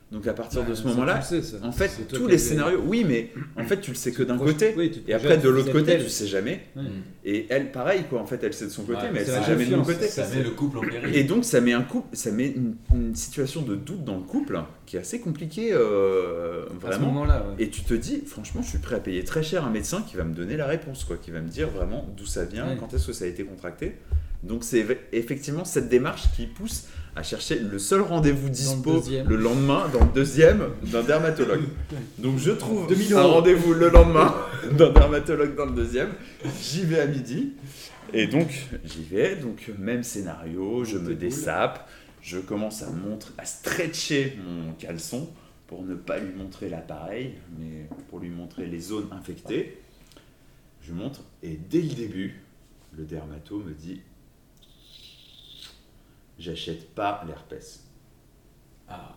S3: Donc à partir de
S1: Bah,
S3: ce
S1: ça, tu
S3: moment-là,
S1: le sais, ça.
S3: en fait
S1: C'est toi
S3: tous
S1: qui
S3: les
S1: as vu.
S3: scénarios, oui, mais en fait tu le sais
S1: Tu
S3: que
S1: te
S3: d'un
S1: projettes-
S3: côté.
S1: oui, tu te
S3: Et après,
S1: projettes
S3: de l'autre
S1: vis-à-vis
S3: côté,
S1: d'elle.
S3: tu sais jamais.
S1: Ouais.
S3: Et elle, pareil, quoi. En fait, elle sait de son côté,
S2: Hmm. Ouais,
S3: mais elle
S1: c'est
S3: sait
S1: la
S3: jamais de mon
S1: confiance,
S3: côté.
S1: c'est
S2: Ça met le couple en péril.
S3: Et donc ça met un couple, ça met une, une situation de doute dans le couple hein, qui est assez compliquée euh,
S1: À ce
S3: vraiment.
S1: moment-là, ouais.
S3: Et tu te dis, franchement, je suis prêt à payer très cher un médecin qui va me donner la réponse, quoi, qui va me dire vraiment d'où ça vient,
S1: Ouais.
S3: quand est-ce que ça a été contracté. Donc c'est eff- effectivement cette démarche qui pousse à chercher le seul rendez-vous dispo le,
S1: deuxième.
S3: lendemain dans le deuxième d'un dermatologue. Donc je trouve
S1: 2000
S3: un
S1: euros.
S3: rendez-vous le lendemain d'un dermatologue dans le deuxième. J'y vais à midi. Et donc, j'y vais, donc même scénario, je me
S1: T'es
S3: dessape, je commence à montre, à stretcher mon caleçon pour ne pas lui montrer l'appareil, mais pour lui montrer les zones infectées. Je montre et dès le début, le dermato me dit j'achète pas l'herpès.
S2: Ah.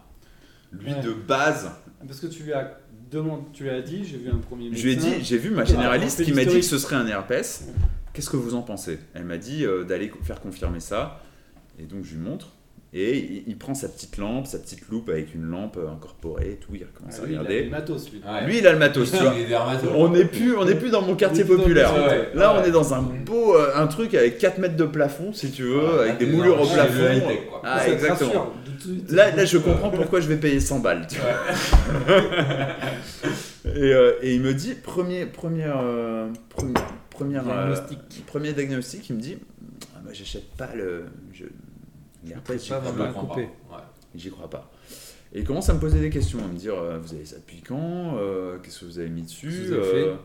S3: Lui
S1: Ouais.
S3: de base,
S1: Parce que tu lui as demandé, tu lui as dit, j'ai vu un premier médecin.
S3: je lui ai dit, j'ai vu ma
S1: Ah,
S3: généraliste
S1: on fait
S3: qui m'a dit que
S1: l'historique.
S3: ce serait un herpès. Qu'est-ce que vous en pensez Elle m'a dit euh, d'aller co- faire confirmer ça. Et donc je lui montre. Et il, il prend sa petite lampe, sa petite loupe avec une lampe euh, incorporée et tout, il
S1: Ah,
S3: recommence à
S1: lui, il a
S3: regarder. Ah,
S1: du matos, lui.
S3: Lui, il a le matos, tu vois.
S2: Il est dermato.
S3: On n'est plus, on est plus dans mon quartier populaire.
S2: Ouais,
S3: Là,
S2: ouais.
S3: on est dans un beau, euh, un truc avec 4 mètres de plafond, si tu veux,
S1: Ah,
S2: Ouais,
S3: avec des
S2: Ah, des
S3: moulures au
S2: enjeux
S3: plafond.
S2: high-tech, quoi.
S3: Ah,
S1: Ça te
S3: exactement.
S1: rassure, de tout de suite.
S3: Là, là, je comprends pourquoi je vais payer 100 balles. tu vois. et, euh, et il me dit, premier, première, euh, premi- première, euh,
S1: Diagnostic.
S3: premier diagnostic, il me dit, ah, bah, j'achète pas le, je, l'herpès, j'y
S1: pas
S3: crois
S1: vraiment.
S3: pas,
S1: à couper.
S2: Ouais.
S3: j'y crois pas. Et il commence à me poser des questions, à me dire, euh, vous avez ça depuis quand, Euh, qu'est-ce que vous avez mis dessus,
S1: Qu'est-ce que vous avez
S3: Euh,
S1: fait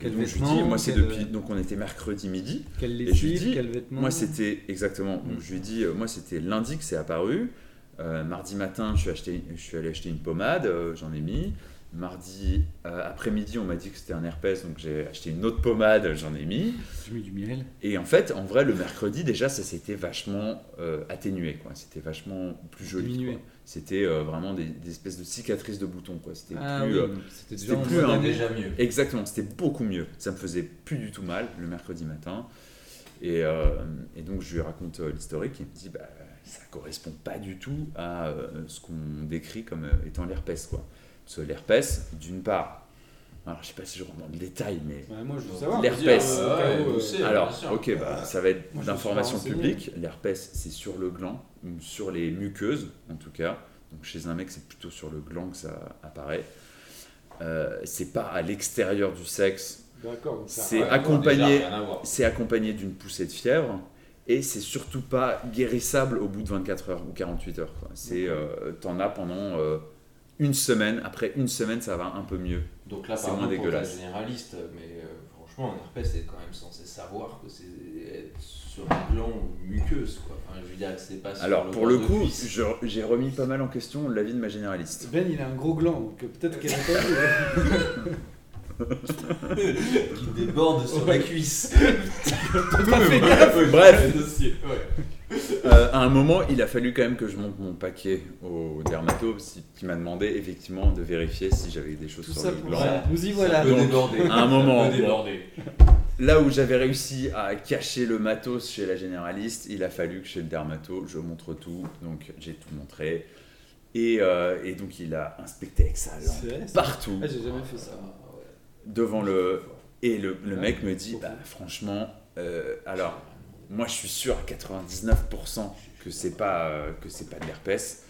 S3: et
S1: Quel
S3: donc je lui
S1: vêtement
S3: dis, moi c'est
S1: quel- euh,
S3: depuis, donc on était mercredi midi.
S1: Quelle
S3: Et je lui
S1: lessive,
S3: dis,
S1: quel vêtement
S3: Moi, c'était exactement. Donc, je lui dis, euh, moi, c'était lundi que c'est apparu. Euh, mardi matin, je suis, acheté, je suis allé acheter une pommade, euh, j'en ai mis. Mardi euh, après-midi, on m'a dit que c'était un herpès, donc j'ai acheté une autre pommade, euh, j'en ai mis.
S1: J'ai mis du miel.
S3: Et en fait, en vrai, le mercredi, déjà, ça s'était vachement euh, atténué, quoi. C'était vachement plus joli.
S1: Diminué.
S3: quoi. C'était euh, vraiment des, des espèces de cicatrices de boutons, quoi. C'était
S1: Ah
S3: plus.
S1: oui,
S3: euh,
S1: donc c'était
S3: c'était
S1: déjà en
S3: plus
S1: mode
S3: un-
S1: année.
S2: déjà mieux.
S3: Exactement, c'était beaucoup mieux. Ça me faisait plus du tout mal le mercredi matin. Et, euh, et donc je lui raconte euh, l'historique et il me dit bah, ça correspond pas du tout à euh, ce qu'on décrit comme euh, étant l'herpès. Quoi. Parce que l'herpès, d'une part, alors je sais pas si je rentre dans le détail, mais.
S1: Ouais, moi, je veux savoir.
S3: L'herpès.
S1: Au cas où, euh,
S2: Ouais,
S3: Alors,
S2: bien sûr.
S3: ok, bah, ça va être
S1: Moi, je me
S3: d'information
S1: suis pas
S3: publique. L'herpès, c'est sur le gland, ou sur les muqueuses en tout cas. Donc chez un mec, c'est plutôt sur le gland que ça apparaît. Euh, c'est pas à l'extérieur du sexe
S1: D'accord, donc ça-
S3: C'est
S1: ouais.
S3: accompagné-
S2: déjà, rien à voir.
S3: c'est accompagné d'une poussée de fièvre et c'est surtout pas guérissable au bout de 24 heures ou 48 heures. quoi. C'est euh, t'en as pendant euh, une semaine. Après une semaine, ça va un peu mieux.
S2: Donc là,
S3: C'est
S2: par
S3: moins
S2: exemple, pour la
S3: dégueulasse.
S2: généraliste, mais euh, franchement, un herpès, c'est quand même censé savoir que c'est être sur un gland ou une muqueuse, quoi. Enfin, je veux dire, c'est pas sur
S3: Alors pour le
S2: gland de
S3: coup,
S2: cuisse.
S3: je- j'ai remis pas mal en question l'avis de ma généraliste.
S1: Ben, il a un gros gland, donc euh, peut-être qu'elle a pas vu.
S2: qui déborde sur la cuisse.
S3: Bref.
S2: Dossier, ouais.
S3: Euh, à un moment, il a fallu quand même que je monte mon paquet au dermato si- qui m'a demandé effectivement de vérifier si j'avais des choses
S1: Tout
S3: sur
S1: ça
S3: le
S1: pour
S3: gland.
S1: ça. Nous y
S2: Ça
S1: voilà.
S2: peut
S3: Donc,
S2: déborder.
S3: à un moment,
S2: Ça peut
S3: bon.
S2: déborder.
S3: Là où j'avais réussi à cacher le matos chez la généraliste, il a fallu que chez le dermato, je montre tout. Donc j'ai tout montré. Et, euh, et donc il a inspecté avec sa lampe
S1: C'est vrai, ça.
S3: partout
S1: Ah, j'ai jamais fait ça.
S3: devant le. Et le, le mec me dit
S1: Faut
S3: bah, franchement, euh, alors moi je suis sûr à 99% que c'est pas, euh, que c'est pas de l'herpès.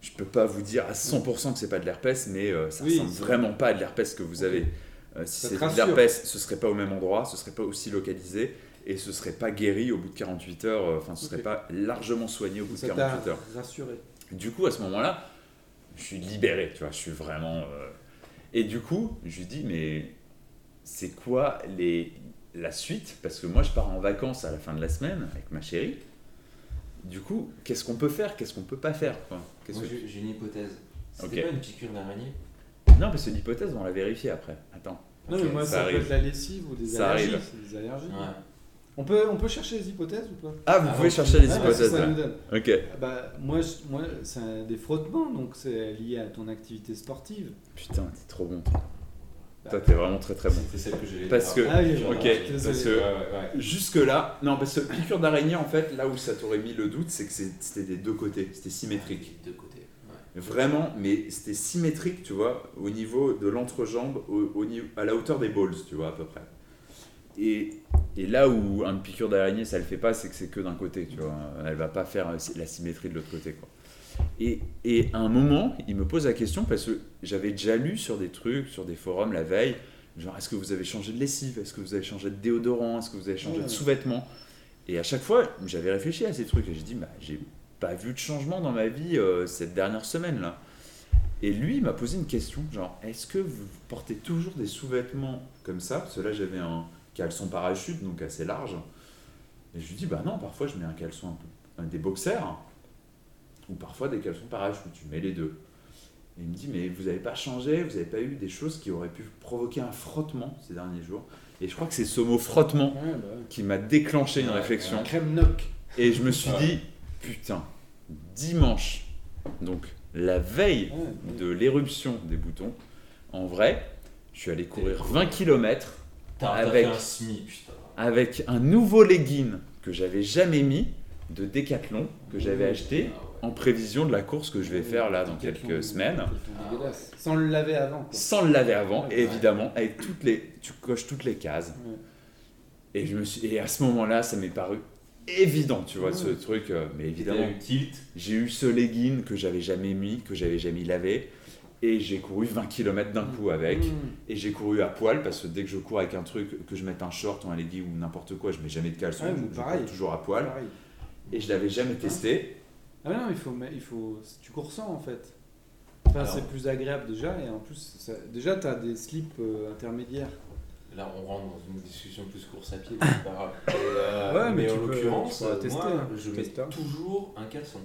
S3: Je peux pas vous dire à 100% que c'est pas de l'herpès, mais euh, ça
S1: Oui,
S3: ressemble
S1: c'est-
S3: vraiment pas à de l'herpès que vous
S1: Ok.
S3: avez. Euh, si
S1: Ça
S3: c'est
S1: te
S3: de
S1: rassure.
S3: l'herpès, ce serait pas au même endroit, ce serait pas aussi localisé et ce serait pas guéri au bout de 48 heures, euh, enfin ce serait
S1: Ok.
S3: pas largement soigné au bout de
S1: Ça t'a
S3: 48 heures.
S1: rassuré.
S3: Du coup, à ce moment-là, je suis libéré, tu vois, je suis vraiment. euh, Et du coup, je lui dis, mais c'est quoi les... la suite Parce que moi, je pars en vacances à la fin de la semaine avec ma chérie. Du coup, qu'est-ce qu'on peut faire Qu'est-ce qu'on peut pas faire quoi Qu'est-ce
S2: Moi,
S3: que-
S2: j'ai j'ai une hypothèse. C'était
S3: Ok.
S2: pas une piqûre d'araignée
S3: Non, parce que l'hypothèse, on l'a vérifiée après. Attends.
S1: Non, mais moi,
S3: Ça
S1: ça, peut
S3: arrive.
S1: être la lessive ou des
S3: Ça
S1: allergies.
S3: arrive.
S1: c'est Des allergies.
S2: Ouais.
S1: On, peut, on peut chercher les hypothèses ou pas
S3: Ah, vous
S2: Ah,
S3: pouvez
S2: bon,
S3: chercher les
S1: Ah, parce que
S3: hypothèses
S1: ça
S3: là.
S1: nous donne.
S3: Ok.
S1: Bah, moi, je- moi c'est des frottements, donc c'est lié à ton activité sportive.
S3: Putain, t'es trop bon. Toi,
S1: Bah,
S3: Toi, t'es vraiment très très bon.
S2: C'était celle que j'ai.
S3: Parce que-
S1: Ah oui,
S3: Euh, Ok,
S1: je suis
S3: parce
S1: désolé.
S3: que
S2: Ouais, ouais, ouais.
S3: Jusque-là, non, parce que piqûre d'araignée, en fait, là où ça t'aurait mis le doute, c'est que c'est- c'était des deux côtés, c'était symétrique.
S2: De côté. ouais.
S3: Vraiment, mais c'était symétrique, tu vois, au niveau de l'entrejambe, au, au niveau, à la hauteur des balls, tu vois, à peu près. Et, et là où un piqûre d'araignée, ça le fait pas, c'est que c'est que d'un côté, tu vois. Elle va pas faire euh, la symétrie de l'autre côté, quoi. Et, et à un moment, il me pose la question, parce que j'avais déjà lu sur des trucs, sur des forums la veille, genre, est-ce que vous avez changé de lessive Est-ce que vous avez changé de déodorant Est-ce que vous avez changé de
S1: Ouais.
S3: sous-vêtements Et à chaque fois, j'avais réfléchi à ces trucs, et j'ai dit, bah, j'ai pas vu de changement dans ma vie euh, cette dernière semaine-là. Et lui, il m'a posé une question, genre, est-ce que vous portez toujours des sous-vêtements comme ça Parce que là, j'avais un caleçon parachute, donc assez large. Et je lui dis, bah non, parfois je mets un caleçon, un peu, euh, des boxers, ou parfois des caleçons parachute, tu mets les deux. Et il me dit, mais vous n'avez pas changé, vous n'avez pas eu des choses qui auraient pu provoquer un frottement ces derniers jours. Et je crois que c'est ce mot frottement
S1: Ouais, bah ouais.
S3: qui m'a déclenché une
S2: Ouais,
S3: réflexion.
S1: Crème noc.
S3: Et je me suis
S2: Ouais.
S3: dit, putain, dimanche, donc la veille
S1: Ouais,
S3: de l'éruption des boutons, en vrai, je suis allé courir 20 km
S2: T'as t'as
S3: Avec-
S2: fait un SMI, putain.
S3: avec un nouveau legging que j'avais jamais mis, de Decathlon que j'avais acheté
S2: Ah
S3: en prévision de la course que je vais faire là dans quelques semaines. ah,
S1: Sans le laver avant. quoi.
S3: sans le laver avant,
S1: Ouais.
S3: et évidemment, avec toutes les, tu coches toutes les cases.
S1: Ouais.
S3: Et, je me suis, et à ce moment-là, ça m'est paru évident, tu vois, ce truc. euh, mais évidemment,
S2: tilt.
S3: j'ai eu ce legging que j'avais jamais mis, que j'avais jamais lavé, et j'ai couru 20 km d'un coup avec.
S1: Mmh.
S3: Et j'ai couru à poil parce que dès que je cours avec un truc, que je mette un short ou un legging ou n'importe quoi, je mets jamais de caleçon,
S1: Ouais,
S3: je- je,
S1: pareil.
S3: cours toujours à poil.
S1: Pareil.
S3: Et je l'avais jamais testé.
S1: Ah mais non, il faut, mais il faut, tu cours sans en fait. Enfin,
S2: Alors.
S1: c'est plus agréable déjà et en plus, ça, déjà t'as des slips euh, intermédiaires.
S2: Là, on rentre dans une discussion plus course à pied. mais c'est pas grave. Euh,
S1: Ouais, mais
S2: mais
S1: tu
S2: en
S1: peux-
S2: l'occurrence,
S1: tu peux
S2: euh,
S1: tester,
S2: moi,
S1: hein.
S2: je mets
S1: Tester.
S2: toujours un caleçon.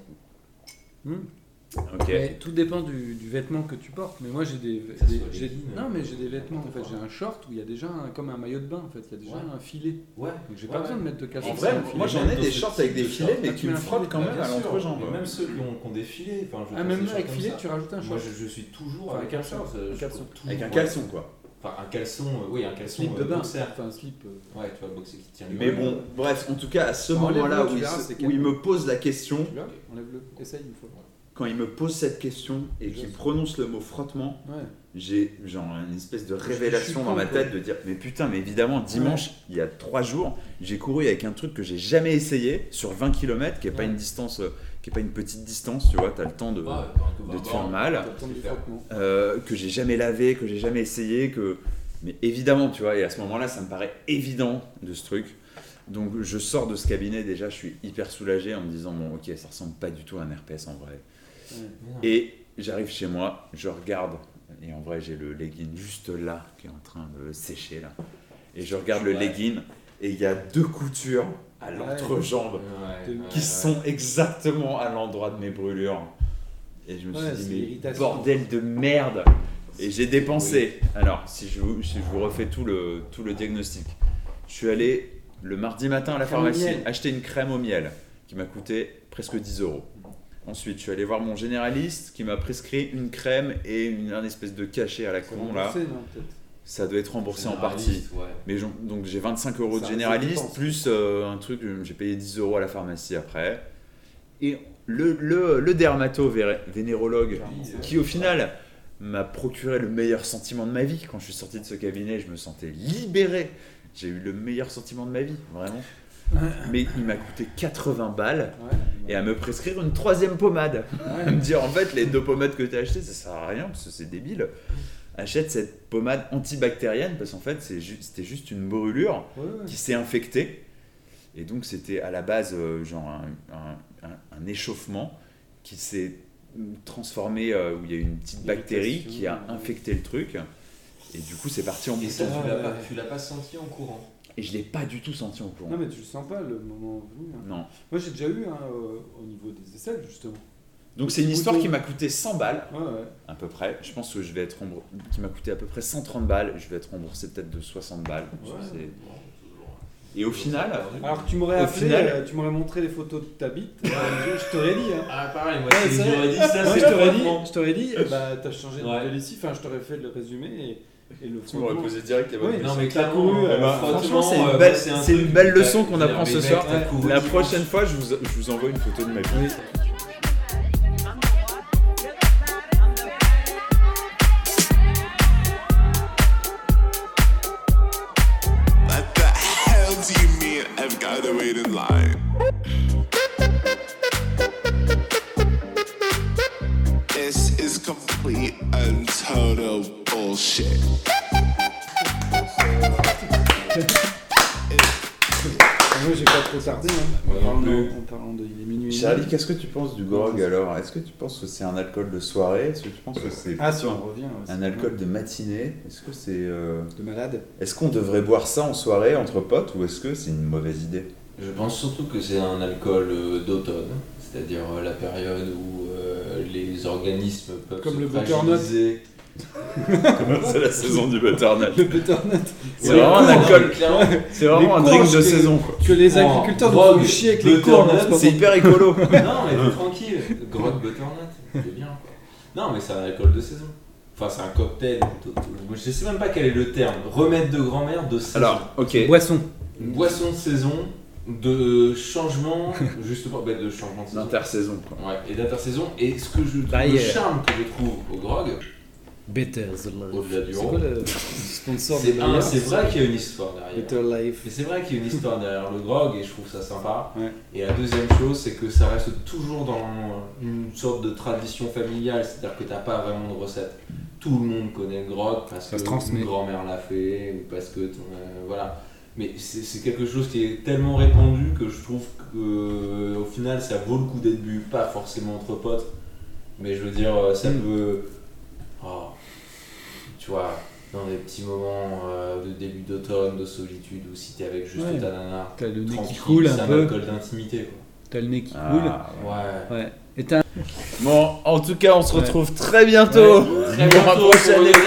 S3: Ok.
S1: Ah. Mais tout dépend du, du vêtement que tu portes. Mais moi j'ai des,
S2: Ça
S1: des-
S2: soit
S1: j'ai-
S2: legging,
S1: non
S2: euh,
S1: mais j'ai des vêtements en fait.
S2: n'importe
S1: J'ai un short où il y a déjà un- comme un maillot de bain en fait. Il y a déjà
S2: Ouais.
S1: un filet.
S2: Ouais.
S1: Donc j'ai
S2: Ouais,
S1: pas
S2: ouais.
S1: besoin de mettre de caleçon.
S3: En vrai,
S1: sans
S3: moi
S1: filet.
S3: j'en ai des
S2: Dans ce
S3: shorts
S2: type
S3: avec des
S2: de
S3: filets,
S2: short,
S3: mais
S1: là, tu
S3: qui
S1: mets
S3: me
S1: un
S3: frottent
S1: filet,
S3: quand même
S2: Bien
S3: à
S2: sûr,
S3: l'entrejambe.
S2: mais Même ceux qui ont, qui ont des filets. Enfin, je
S1: Ah, même
S2: pense des
S1: là,
S2: shorts
S1: avec
S2: comme
S1: filet,
S2: ça.
S1: tu rajoutes un short.
S2: Moi, je, je suis toujours
S1: Enfin,
S2: avec un short. euh,
S1: un
S2: je
S1: caleçon.
S2: cours toujours,
S3: Avec un
S2: ouais.
S3: caleçon quoi.
S2: Enfin, un caleçon, euh, oui, un caleçon
S1: slip de
S2: euh,
S1: bain.
S2: boxer.
S1: Enfin, un slip. euh,
S2: Ouais, tu vois, boxer qui tient
S3: Mais bon, bref, en tout cas, à ce
S1: Alors,
S3: moment-là
S1: enlève-le,
S3: où,
S1: tu
S3: il
S1: verras,
S3: se-
S1: c'est
S3: où il
S1: calme.
S3: me pose la question,
S1: Tu l'as Enlève-le. Essaye une fois.
S3: quand il me pose cette question et qu'il prononce le mot frottement,
S1: Ouais.
S3: j'ai genre une espèce de
S1: Je suis
S3: révélation
S1: con,
S3: dans ma
S1: quoi.
S3: tête de dire mais putain, mais évidemment, dimanche, il y a trois jours, j'ai couru avec un truc que j'ai jamais essayé sur 20 km, qui est pas
S1: Ouais.
S3: une distance, euh, qui est pas une petite distance, tu vois, t'as le temps de, de te faire
S2: Ah,
S3: mal,
S1: Bah, T'as le temps du
S2: faire.
S1: frottement.
S3: euh, que j'ai jamais lavé, que j'ai jamais essayé, que mais évidemment, tu vois, et à ce moment-là, ça me paraît évident de ce truc. Donc je sors de ce cabinet déjà, je suis hyper soulagé en me disant bon ok ça ressemble pas du tout à un RPS en vrai.
S1: Ouais.
S3: Et j'arrive chez moi, je regarde et en vrai j'ai le legging juste là qui est en train de sécher là. Et je regarde le
S2: Ouais.
S3: legging et il y a deux coutures à
S1: Ouais.
S3: l'entrejambe qui sont exactement à l'endroit de mes brûlures. Et je me
S1: Ouais, c'est
S3: suis dit mais
S1: l'irritation.
S3: bordel de merde. Et j'ai dépensé. Alors si je, vous, si je vous refais tout le, tout le diagnostic, je suis allé le mardi matin à la
S1: Crème au
S3: pharmacie
S1: miel.
S3: acheter une crème au miel qui m'a coûté presque 10 euros. Ensuite, je suis allé voir mon généraliste qui m'a prescrit une crème et une, un espèce de cachet à la
S1: C'est
S3: con là.
S1: remboursé, non, peut-être.
S3: Ça doit être remboursé en partie. Mais j'en- donc j'ai 25 euros de
S1: Ça, ça
S3: généraliste,
S1: dépense.
S3: plus euh, un truc, euh, j'ai payé 10 euros à la pharmacie après. Et le, le, le dermato-vénérologue, qui au final m'a procuré le meilleur sentiment de ma vie. Quand je suis sorti de ce cabinet, je me sentais libéré. J'ai eu le meilleur sentiment de ma vie, vraiment. Mais il m'a coûté 80 balles
S1: Ouais.
S3: et à me prescrire une troisième pommade. À
S1: Ouais.
S3: me dire en fait, les deux pommades que tu as achetées, ça sert à rien parce que c'est débile. Achète cette pommade antibactérienne parce qu'en fait, c'est ju- c'était juste une brûlure
S1: Ouais, ouais.
S3: qui s'est infectée. Et donc, c'était à la base euh, genre un, un- un- un échauffement qui s'est transformé euh, où il y a une petite bactérie qui a infecté le truc. Et du coup, c'est parti en
S2: Et ça,
S3: bouton.
S2: tu l'as pas,
S1: Ouais.
S2: tu l'as pas senti en courant.
S3: Et je l'ai pas du tout senti en courant.
S1: Non, mais tu le sens pas le moment venu. hein.
S3: Non.
S1: Moi, j'ai déjà eu hein, euh, au niveau des aisselles, justement.
S3: Donc, c'est une histoire
S1: Bouton.
S3: qui m'a coûté 100 balles
S1: Ouais, ouais.
S3: à peu près. Je pense que je vais être remboursé. qui m'a coûté à peu près 130 balles. Je vais être remboursé peut-être de 60 balles. C'est- Et au final,
S1: Alors que tu m'aurais
S3: Ah. Au
S1: appelé,
S3: final-
S1: euh, tu m'aurais montré les photos de ta bite, euh, je, je t'aurais dit. Hein.
S2: Ah, pareil, moi,
S1: Ouais,
S2: si
S1: c'est vrai.
S2: j'aurais
S1: Ah,
S2: dit
S3: Ah,
S2: ça,
S1: Moi,
S2: c'est
S1: je t'aurais dit,
S2: frottement.
S1: je t'aurais dit, eh bah, t'as changé de
S2: Ouais.
S1: modèle ici, enfin, je t'aurais fait le résumé et, et le
S3: tu m'aurais
S1: frottement.
S3: posé direct les bonnes
S1: Oui.
S3: questions.
S2: Non, mais
S1: T'as
S2: clairement,
S1: couru,
S2: euh,
S1: bah,
S2: frottement,
S3: franchement, c'est une
S2: euh,
S3: belle-
S2: bah, un
S3: c'est une
S2: truc
S3: belle
S2: que t'as-
S3: leçon qu'on
S2: t'as-
S3: apprend
S2: mais
S3: ce
S2: mec,
S3: soir.
S2: t'as couru
S3: La
S2: dimanche.
S3: prochaine fois, je vous, je vous envoie une photo de ma vie.
S8: What the hell do you mean I've gotta wait in line? This is complete and total bullshit.
S1: Moi, j'ai pas trop tardé. Hein.
S3: Moi
S1: en,
S3: non
S1: parlant
S3: plus.
S1: de, en parlant de, il est minuit. et
S3: Charlie,
S1: demi.
S3: qu'est-ce que tu penses du grog alors Est-ce que tu penses que c'est un alcool de soirée Est-ce que tu penses que c'est
S1: Ah, si on revient. ouais, c'est
S3: un alcool de matinée Est-ce que c'est euh,
S1: de malade.
S3: Est-ce qu'on devrait boire ça en soirée entre potes ou est-ce que c'est une mauvaise idée
S2: Je pense surtout que c'est un alcool euh, d'automne, c'est-à-dire euh, la période où euh, les organismes peuvent
S1: Comme
S2: se
S1: le butternut.
S2: fragiliser.
S3: C'est la saison du butternut.
S1: Le butternut.
S3: C'est vraiment un
S2: Non, mais
S3: alcool.
S2: clairement,
S3: C'est vraiment
S1: Les
S3: un drink
S1: proches
S3: de
S1: que-
S3: saison. quoi.
S1: Que les
S2: Oh,
S1: agriculteurs doivent
S2: drogue,
S1: nous chier avec les
S2: butternut,
S1: cornes en ce moment.
S3: C'est hyper écolo.
S2: non, mais t'es tranquille. Grog butternut, c'est bien. quoi. Non, mais c'est un alcool de saison. Enfin, c'est un cocktail. plutôt. Je sais même pas quel est le terme. Remède de grand-mère de saison.
S3: Alors, ok.
S1: Boisson.
S2: Une boisson de saison de changement, justement, bah, de changement de saison.
S3: L'intersaison, quoi.
S2: Ouais, et d'intersaison. Et ce que je trouve,
S1: Bah,
S2: le
S1: yeah.
S2: charme que je trouve au grog,
S1: Better the Life.
S2: Au-delà du
S1: C'est
S2: rang.
S1: quoi le sponsor de
S2: c'est un,
S1: Bayer
S2: c'est vrai qu'il y a une histoire derrière.
S1: Better Life.
S2: Mais c'est vrai qu'il y a une histoire derrière le grog et je trouve ça sympa.
S1: Ouais.
S2: Et la deuxième chose, c'est que ça reste toujours dans une sorte de tradition familiale, c'est-à-dire que t'as pas vraiment de recette. Tout le monde connaît le grog parce
S1: Ça se
S2: que
S1: transmet.
S2: une grand-mère l'a fait ou parce que ton- euh, voilà. Mais c'est c'est quelque chose qui est tellement répandu que je trouve que euh, au final ça vaut le coup d'être bu, pas forcément entre potes, mais je veux dire euh, ça
S1: Mm.
S2: peut, oh, tu vois, dans des petits moments euh, de début d'automne, de solitude, ou si t'es avec juste
S1: Ouais.
S2: ta nana,
S1: T'as le nez qui
S2: tranquille,
S1: coule
S2: c'est
S1: un peu.
S2: alcool d'intimité. quoi.
S1: T'as le nez qui
S3: Ah, ouais.
S2: Ouais.
S1: coule. Ouais. Et t'as
S3: Bon, en tout cas, on se
S1: Ouais.
S3: retrouve très
S2: Très
S3: bientôt pour un
S2: bientôt
S3: prochain
S2: pour le
S3: épisode.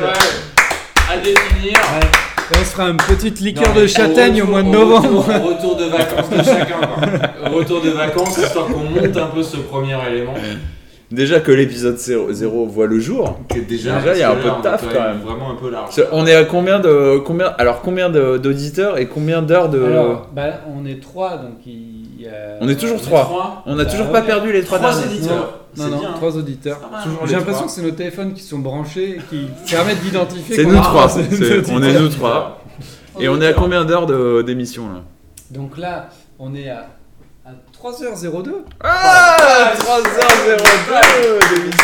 S2: Grasse, ouais. À définir.
S1: Et on se fera une petite liqueur
S2: Non, mais
S1: de châtaigne au
S2: retour-
S1: mois de novembre.
S2: Retour, retour de vacances de chacun. quoi. Retour de vacances, histoire qu'on monte un peu ce premier élément.
S3: Déjà que l'épisode 0, voit le jour.
S2: Que déjà,
S3: Déjà, il y a
S2: parce que
S3: un peu de
S2: là, on
S3: taf,
S2: est
S3: quand même.
S2: Vraiment un peu large.
S3: On est à combien de combien alors combien de- d'auditeurs et combien d'heures de
S1: Alors, bah, on est trois, donc il y a.
S3: On est toujours
S2: On est
S3: trois.
S2: trois.
S3: On n'a
S1: bah,
S3: toujours
S1: ouais.
S3: pas perdu les trois
S2: Trois
S3: derniers.
S2: éditeurs.
S1: Non,
S2: C'est bien. hein.
S1: non, trois
S2: C'est
S1: auditeurs.
S2: pas mal.
S1: J'ai l'impression que c'est nos téléphones qui sont branchés et qui permettent d'identifier.
S3: C'est
S1: qu'on
S3: nous
S1: a-
S3: trois.
S1: c'est nos
S3: c'est- On
S1: auditeurs.
S3: est nous trois. Et on est à combien d'heures de- d'émission là
S1: Donc là, on est à, à 3h02.
S3: Ah 3h02 d'émission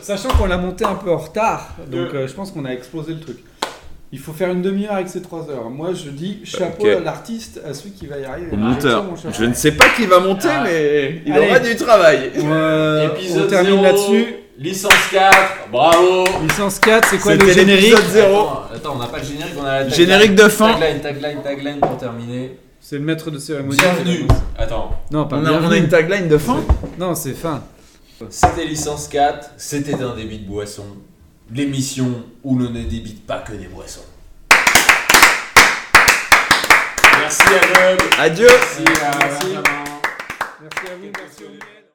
S1: Sachant qu'on l'a monté un peu en retard, donc euh, je pense qu'on a explosé le truc. Il faut faire une demi-heure avec ces 3 heures. Moi, je dis chapeau
S3: Ok.
S1: à l'artiste, à celui qui va y arriver.
S6: Au
S1: Je
S6: monteur.
S1: tire mon chapeau.
S3: Je ne sais pas qui va monter,
S2: Ah.
S3: mais il
S1: Allez.
S3: aura du travail.
S1: Euh,
S2: Épisode
S1: on termine
S2: zéro,
S1: là-dessus.
S2: Licence 4, bravo.
S1: Licence 4, c'est quoi le
S3: C'était
S1: générique
S3: l'épisode 0.
S2: Attends, Attends, on n'a pas le générique, on a la tagline.
S3: Générique de fin.
S2: Tagline, tagline, tagline pour terminer.
S1: C'est le maître de cérémonie.
S2: Bienvenue. Attends,
S1: Non, pas
S3: On a, on a
S1: bienvenue.
S3: une tagline de fin
S1: Non, c'est fin.
S2: c'était licence 4, c'était un débit de boisson. L'émission où l'on ne débite pas que des boissons. Merci à Bob.
S3: Adieu
S2: Merci à
S1: Merci. Merci à vous, merci au lumière.